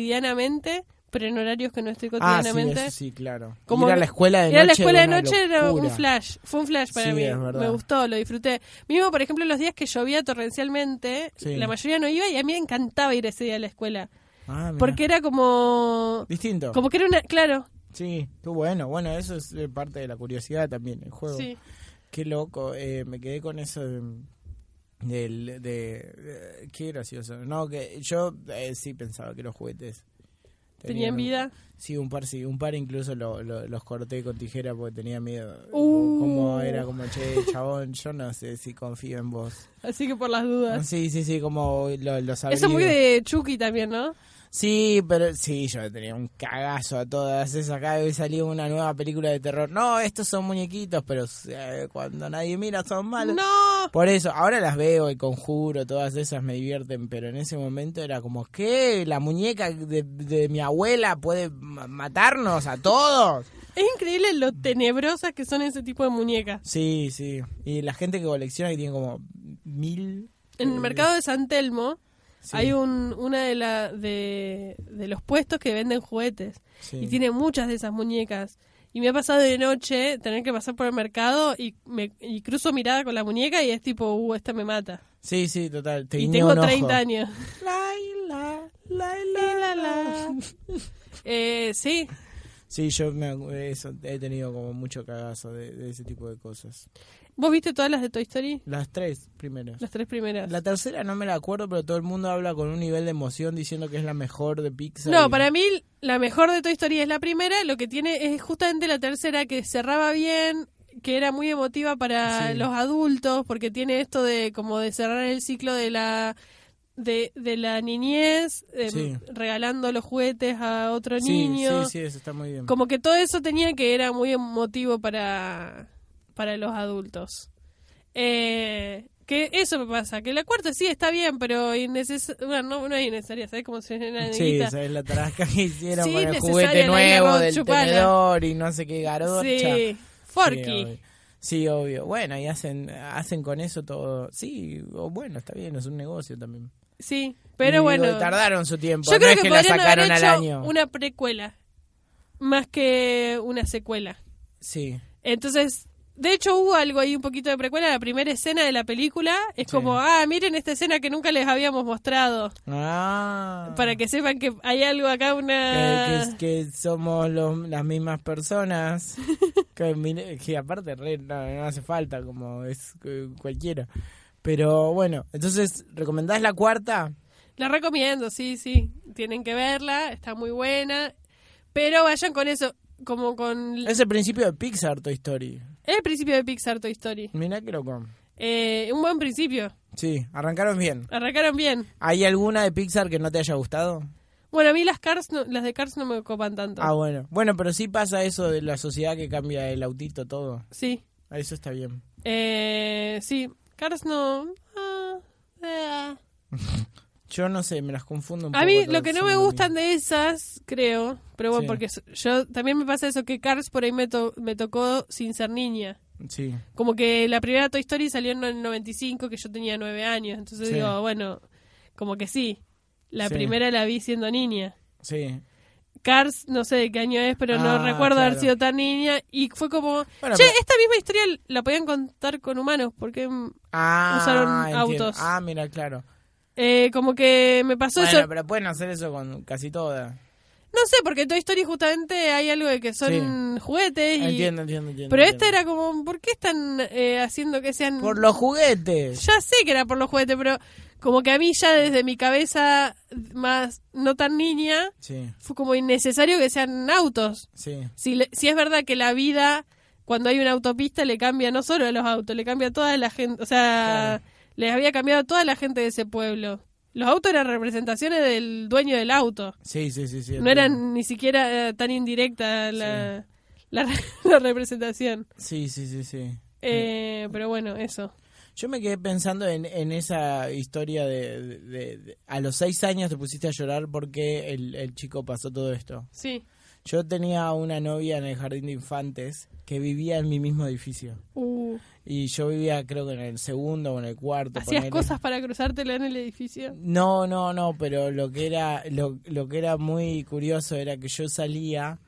cotidianamente, pero en horarios que no estoy
Ah, sí,
cotidianamente.
eso sí, claro.
Como
ir a
que-
la escuela de
Ir a
noche
la escuela de
era una
noche era un
locura.
flash, fue un flash para
Sí,
mí,
es verdad.
me gustó, lo disfruté. Mismo, por ejemplo, los días que llovía torrencialmente,
Sí.
la mayoría no iba y a mí me encantaba ir ese día a la escuela,
Ah, mirá.
porque era como...
Distinto.
Como que era una... Claro,
Sí, qué bueno. Bueno, eso es eh, parte de la curiosidad también, el juego.
sí.
Qué loco. eh, me quedé con eso de- del... De, de- qué gracioso. No, que yo eh, sí pensaba que los juguetes...
Tenían
un-
vida.
Sí, un par sí, un par incluso lo- lo- los corté con tijera porque tenía miedo.
Uh.
Como era como, che, chabón, yo no sé si confío en vos.
Así que por las dudas.
Ah, Sí, sí, sí, como lo, los
Eso muy
abrigo.
de Chucky también, ¿no?
Sí, pero sí, yo tenía un cagazo a todas esas. Cada vez salía una nueva película de terror. No, estos son muñequitos, pero eh, cuando nadie mira son malos.
No.
Por eso, ahora las veo, el conjuro, todas esas me divierten, pero en ese momento era como, ¿qué? ¿La muñeca de, de mi abuela puede ma- matarnos a todos?
Es increíble lo tenebrosas que son ese tipo de muñecas.
Sí, sí. Y la gente que colecciona que tiene como mil...
En el
eh,
mercado de San Telmo
sí,
hay un, una de, la, de, de los puestos que venden juguetes
sí.
y tiene muchas de esas muñecas. Y me ha pasado de noche tener que pasar por el mercado y, me, y cruzo mirada con la muñeca y es tipo, uh, esta me mata.
Sí, sí, total. Te
y
guiñó
tengo
un ojo.
30 años.
Laila, Laila, la.
Eh, sí,
Sí, yo me, acu- eso, he tenido como mucho cagazo de, de ese tipo de cosas.
vos viste todas las de Toy Story,
Las tres primeras.
las tres primeras.
La tercera no me la acuerdo, pero todo el mundo habla con un nivel de emoción diciendo que es la mejor de Pixar.
No,
y-
para mí la mejor de Toy Story es la primera, lo que tiene es justamente la tercera que cerraba bien, que era muy emotiva para
Sí.
los adultos porque tiene esto de como de cerrar el ciclo de la de, de la niñez em,
Sí.
regalando los juguetes a otro
Sí,
niño.
sí, sí, eso está muy bien.
Como que todo eso tenía que era muy emotivo para para los adultos. Eh, que eso me pasa, que la cuarta sí está bien, pero inneces- bueno, no, no es innecesaria, ¿sabes cómo se llena de
Sí,
negrita?
esa es la tarasca que hicieron
Sí,
con el
necesaria,
juguete
Laila
nuevo
Roth,
del
chupala.
tenedor y no sé qué garota.
Sí,
Sí,
Forky.
obvio. Sí, obvio. Bueno, y hacen, hacen con eso todo. Sí, o bueno, está bien, es un negocio también.
Sí,
Y
pero bueno.
Tardaron su tiempo,
Yo
no
creo
es
que
que la
podrían haber
sacaron al
hecho
año.
una precuela más que una secuela.
Sí.
Entonces, de hecho hubo algo ahí un poquito de precuela. La primera escena de la película es
Sí.
como, ah, miren esta escena que nunca les habíamos mostrado.
Ah.
Para que Ah. sepan que hay algo acá, una...
Que, que- que somos los- las mismas personas. que, mire- que aparte re- no, no hace falta, como es eh, cualquiera. Pero bueno, entonces, ¿recomendás la cuarta?
La recomiendo, sí, sí. Tienen que verla, está muy buena. Pero vayan con eso, como con... Es
Es el principio de Pixar Toy Story.
el principio de Pixar Toy Story.
Mirá que loco.
Eh, un buen principio.
Sí, arrancaron bien.
Arrancaron bien.
¿Hay alguna de Pixar que no te haya gustado?
Bueno, a mí las Cars no- las de Cars no me copan tanto.
Ah, bueno. Bueno, pero sí pasa eso de la sociedad que cambia el autito todo.
Sí.
Eso está bien.
Eh, sí. Cars no. Ah, ah.
Yo no sé, me las confundo un poco.
A mí
todas,
lo que no
son
me
mismo.
gustan de esas, creo, pero bueno,
Sí.
porque so- yo también me pasa eso, que Cars por ahí me, to- me tocó sin ser niña.
Sí.
Como que la primera Toy Story salió en el 95, que yo tenía nueve años, entonces
Sí.
digo, bueno, como que sí, la
Sí.
primera la vi siendo niña.
Sí.
Cars, no sé de qué año es, pero
Ah,
no recuerdo haber
claro.
sido tan niña. Y fue como,
Bueno,
che,
pero-
esta misma historia la podían contar con humanos, porque mm,
Ah,
Usaron
entiendo.
autos.
Ah, mira, claro.
eh, como que me pasó
bueno,
eso.
pero pueden hacer eso con casi todas.
No sé, porque en Toy Story justamente hay algo de que son juguetes. Y...
Entiendo, entiendo, entiendo.
Pero
entiendo.
esta era como, ¿por qué están eh, haciendo que sean...
Por los juguetes.
Ya sé que era por los juguetes, pero como que a mí ya desde mi cabeza más no tan niña,
Sí,
fue como innecesario que sean autos.
sí.
Si, le- si es verdad que la vida, cuando hay una autopista, le cambia no solo a los autos, le cambia a toda la gente. O sea, les había cambiado a toda la gente de ese pueblo. Los autos eran representaciones del dueño del auto.
Sí, sí, sí. sí
No
entiendo.
eran ni siquiera eh, tan indirecta la, la, re- la representación.
Sí, sí, sí, sí.
Eh, Pero bueno, eso.
Yo me quedé pensando en, en esa historia de, de- de- de- A los seis años te pusiste a llorar porque el, el chico pasó todo esto.
Sí.
Yo tenía una novia en el jardín de infantes que vivía en mi mismo edificio.
Uh,
Y yo vivía, creo que en el segundo o en el cuarto.
¿Hacías
ponele.
cosas para cruzártela en el edificio?
No, no, no, pero lo que era lo, lo que era muy curioso era que yo salía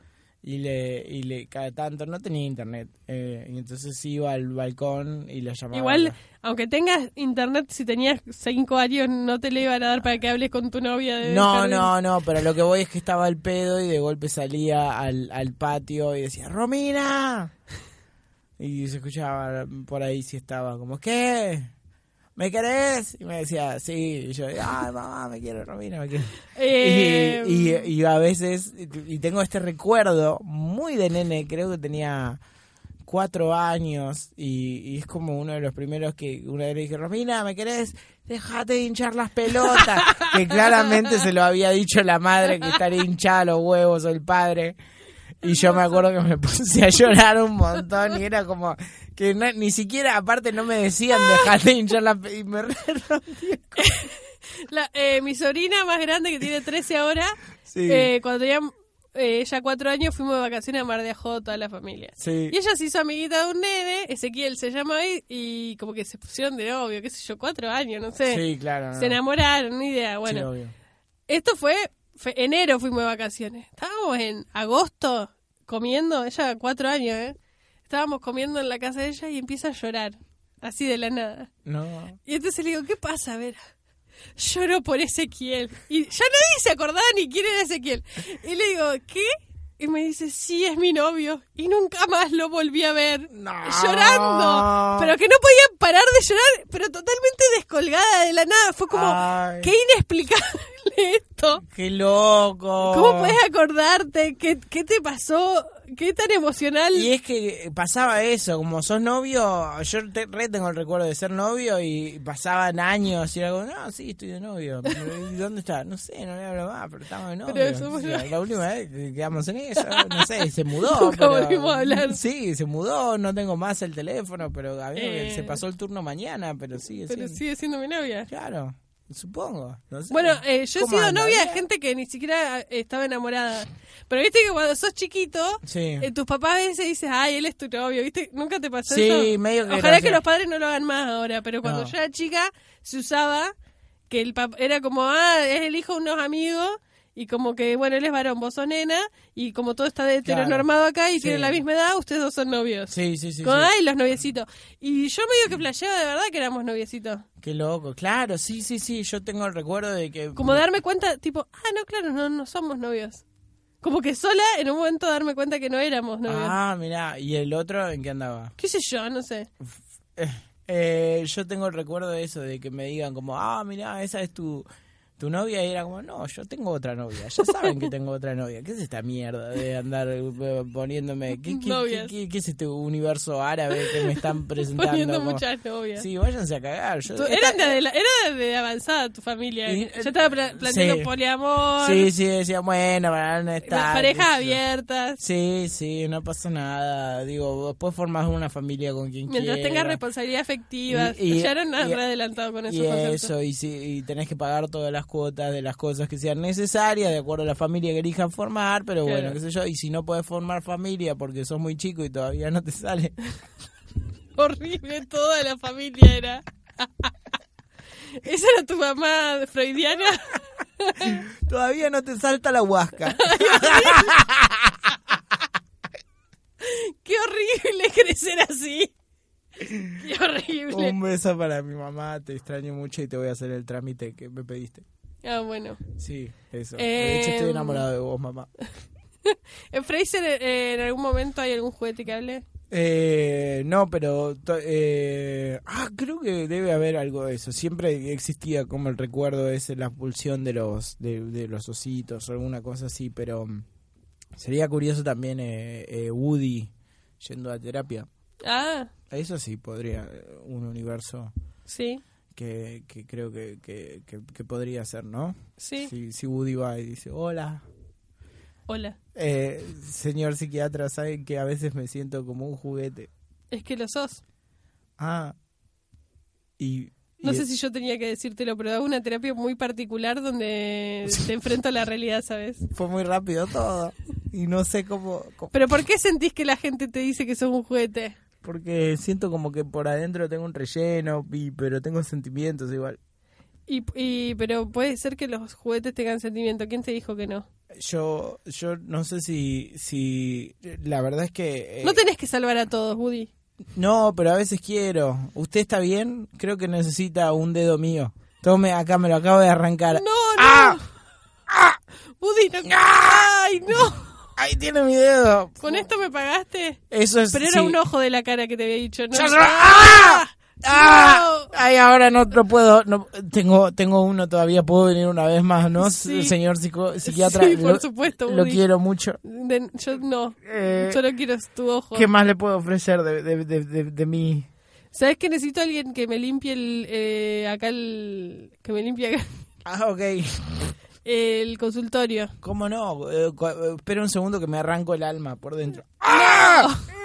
y le, y le cada tanto no tenía internet. eh, y entonces iba al balcón y la llamaba.
Igual, aunque tengas internet, si tenías cinco años, no te le iban a dar para que hables con tu novia. De
No,
jardín.
no, no, pero lo que voy es que estaba al pedo y de golpe salía al, al patio y decía, Romina. Y se escuchaba por ahí si estaba como, ¿qué? ¿Me querés? Y me decía, sí. Y yo, ay, mamá, me quiero, Romina, me quiero.
Eh,
Y, y- y a veces, y tengo este recuerdo muy de nene, creo que tenía cuatro años y, y es como uno de los primeros que una vez le dije, Romina, ¿me querés? Déjate de hinchar las pelotas. que claramente se lo había dicho la madre que estaría hinchada los huevos o el padre. Y yo me acuerdo que me puse a llorar un montón y era como que no- ni siquiera, aparte no me decían, dejate de hinchar las pelotas. Y me re rompí el co-
La- eh, mi sobrina más grande, que tiene 13 ahora,
Sí.
eh, cuando tenía eh, ella 4 años, fuimos de vacaciones a Mar de Ajó, toda la familia.
Sí.
Y ella se hizo amiguita de un nene, Ezequiel se llama ahí, y como que se pusieron de novio, qué sé yo, 4 años, no sé.
Sí, claro.
este Se
no.
enamoraron, ni idea.
Sí,
Bueno,
obvio.
esto fue, fue enero, fuimos de vacaciones. Estábamos en agosto comiendo, ella 4 años, ¿eh? Estábamos comiendo en la casa de ella y empieza a llorar, así de la nada.
No.
Y entonces le digo, ¿qué pasa, Vera? Lloro por Ezequiel. Y ya nadie se acordaba ni quién era Ezequiel. Y le digo, ¿qué? Y me dice, sí, es mi novio. Y nunca más lo volví a ver.
No.
Llorando. Pero que no podía parar de llorar, pero totalmente descolgada de la nada. Fue como,
Ay.
qué inexplicable esto.
¡Qué loco!
¿Cómo puedes acordarte? ¿Qué, ¿Qué te pasó? ¿Qué tan emocional?
Y es que pasaba eso, como sos novio, yo te, re tengo el recuerdo de ser novio y pasaban años y era como, no, sí, estoy de novio. Pero, ¿y ¿Dónde está? No sé, no le hablo más, pero estamos de novio.
Pero somos
O sea,
novios.
la última vez que quedamos en eso, no sé, se mudó.
Nunca
pero-
volvimos a hablar.
Sí, se mudó, no tengo más el teléfono, pero a mí
Eh.
se pasó el turno mañana, pero sí,
pero
sí.
sigue siendo mi novia.
Claro, supongo. no sé.
Bueno, eh, yo he
¿Cómo
sido
anda?
novia de
¿Bien?
gente que ni siquiera eh, estaba enamorada. Pero viste que cuando sos chiquito,
Sí.
eh, tus papás a veces dicen, ay, él es tu novio, ¿viste? Nunca te pasó
Sí,
eso.
medio que
Ojalá
no,
que
sí.
los padres no lo hagan más ahora, pero cuando
No.
yo era chica se usaba que el papá era como, ah, es el hijo de unos amigos. Y como que, bueno, él es varón, vos sos nena, y como todo está heteronormado acá y
Sí.
tienen la misma edad, ustedes dos son novios.
Sí, sí, sí.
Como,
sí.
ay, los noviecitos. Y yo medio que flasheaba de verdad que éramos noviecitos.
Qué loco, claro, sí, sí, sí, yo tengo el recuerdo de que...
como darme cuenta, tipo, ah, no, claro, no, no somos novios. Como que sola en un momento darme cuenta que no éramos novios.
Ah, mirá, ¿y el otro en qué andaba?
¿Qué sé yo? No sé.
Eh, yo tengo el recuerdo de eso, de que me digan como, ah, mirá, esa es tu, tu novia y era como, no, yo tengo otra novia, ya saben que tengo otra novia, ¿qué es esta mierda de andar eh, poniéndome, qué, qué- qué,
Novias.
qué- qué es este universo árabe que me están presentando?
Poniendo
Como,
muchas novias.
Sí, váyanse a cagar. Yo,
Tú-
esta- eh,
eran de adela- era de avanzada tu familia.
Y- eh,
Ya estaba pla- planteando
sí.
poliamor,
Sí, sí, decía, bueno, van a
pa-
estar.
parejas
qué sé yo.
abiertas.
Sí, sí, no pasa nada. Digo, después formas una familia con quien
Mientras
quieras.
tengas responsabilidad afectiva.
Y- y-
ya eran
y-
re adelantados con esos
y
conceptos.
eso, y, si, y tenés que pagar todas las cuotas de las cosas que sean necesarias, de acuerdo a la familia que elijas formar, pero
Claro.
bueno, qué sé yo, y si no podés formar familia porque sos muy chico y todavía no te sale,
Horrible, toda la familia era. ¿Esa era tu mamá freudiana?
todavía no te salta la huasca.
¡Qué horrible crecer así! ¡Qué horrible!
Un beso para mi mamá, te extraño mucho y te voy a hacer el trámite que me pediste.
Ah, bueno.
Sí, eso.
Eh,
De hecho, estoy enamorado de vos, mamá.
¿En Fraser eh, en algún momento hay algún juguete que hable?
Eh, no, pero... to- eh, ah, creo que debe haber algo de eso. Siempre existía como el recuerdo ese, la pulsión de los, de, de los ositos o alguna cosa así, pero mm, sería curioso también eh, eh, Woody yendo a terapia.
Ah,
Eso sí, podría, eh, un universo
sí,
que, que creo que, que, que- que podría ser, ¿no?
sí.
Si, si Woody va y dice, hola,
Hola.
eh, señor psiquiatra, ¿saben que a veces me siento como un juguete?
Es que lo sos.
Ah. Y.
No
y-
sé si yo tenía que decírtelo, pero hago una terapia muy particular donde te enfrento a la realidad, ¿sabes?
Fue muy rápido todo. Y no sé cómo, cómo-
¿Pero por qué sentís que la gente te dice que sos un juguete?
Porque siento como que por adentro tengo un relleno, y- pero tengo sentimientos igual.
Y, y- pero puede ser que los juguetes tengan sentimiento. ¿Quién te dijo que no?
Yo, yo no sé si, si. La verdad es que. eh,
No tenés que salvar a todos, Woody.
no, pero a veces quiero. ¿Usted está bien? Creo que necesita un dedo mío. Tome, acá me lo acabo de arrancar.
No, no.
¡Ah!
Woody, no. ¡Ay, no!
Ahí tiene mi dedo.
Con esto me pagaste.
Eso es.
Pero era
sí.
un ojo de la cara que te había dicho. No,
Ya se va. ¡Ah! ¡Ah!
No.
Ay, ahora no, no puedo. No, tengo, tengo uno todavía. Puedo venir una vez más, ¿no?
Sí.
Señor psico- psiquiatra.
Sí, por
Lo-
supuesto,
Lo
Woody.
quiero mucho.
De- yo no.
Eh,
Solo quiero tu ojo.
¿Qué más le puedo ofrecer de, de, de, de- de mí?
¿Sabes que necesito a alguien que me limpie el. eh, acá el. Que me limpie acá
Ah, ok.
el consultorio.
¿Cómo no? Eh, cu- eh, espera un segundo que me arranco el alma por dentro. ¡Ah! Oh,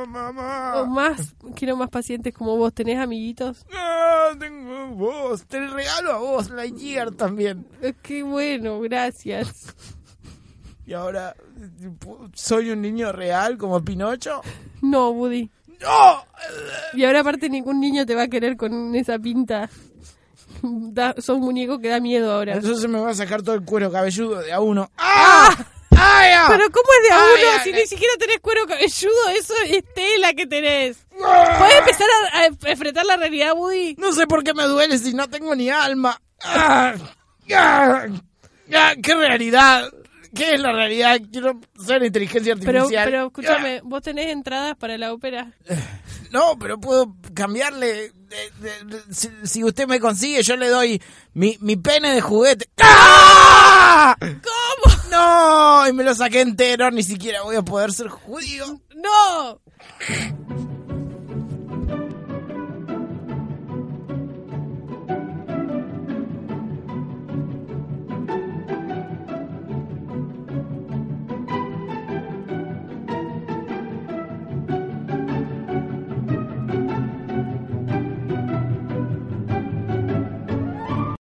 O
¡Ah!
más. Quiero más pacientes como vos. ¿Tenés amiguitos?
No, Ah, tengo vos. Te regalo a vos, Lightyear también.
Eh, Qué bueno, gracias.
Y ahora, ¿soy un niño real como Pinocho?
No, Woody.
¡No!
Y ahora aparte ningún niño te va a querer con esa pinta. Da, sos un muñeco que da miedo ahora.
Entonces me va a sacar todo el cuero cabelludo de a uno. ¡Ah! ¡Ay, ah!
Pero ¿cómo es de a
Ay,
uno
ay,
si
ay.
ni siquiera tenés cuero cabelludo? Eso es tela que tenés. ¿Puedes empezar a, a enfrentar la realidad, Woody?
¡Ah! No sé por qué me duele si no tengo ni alma. ¡Ah! ¡Ah! ¡Ah! ¡Qué realidad! ¿Qué es la realidad? Quiero ser inteligencia
Pero,
artificial.
pero escúchame, vos tenés entradas para la ópera.
Ah, No, pero puedo cambiarle. de- de- de- si, si usted me consigue, yo le doy mi, mi pene de juguete. ¡Ah!
¿Cómo?
No, y me lo saqué entero, ni siquiera voy a poder ser judío.
¡No!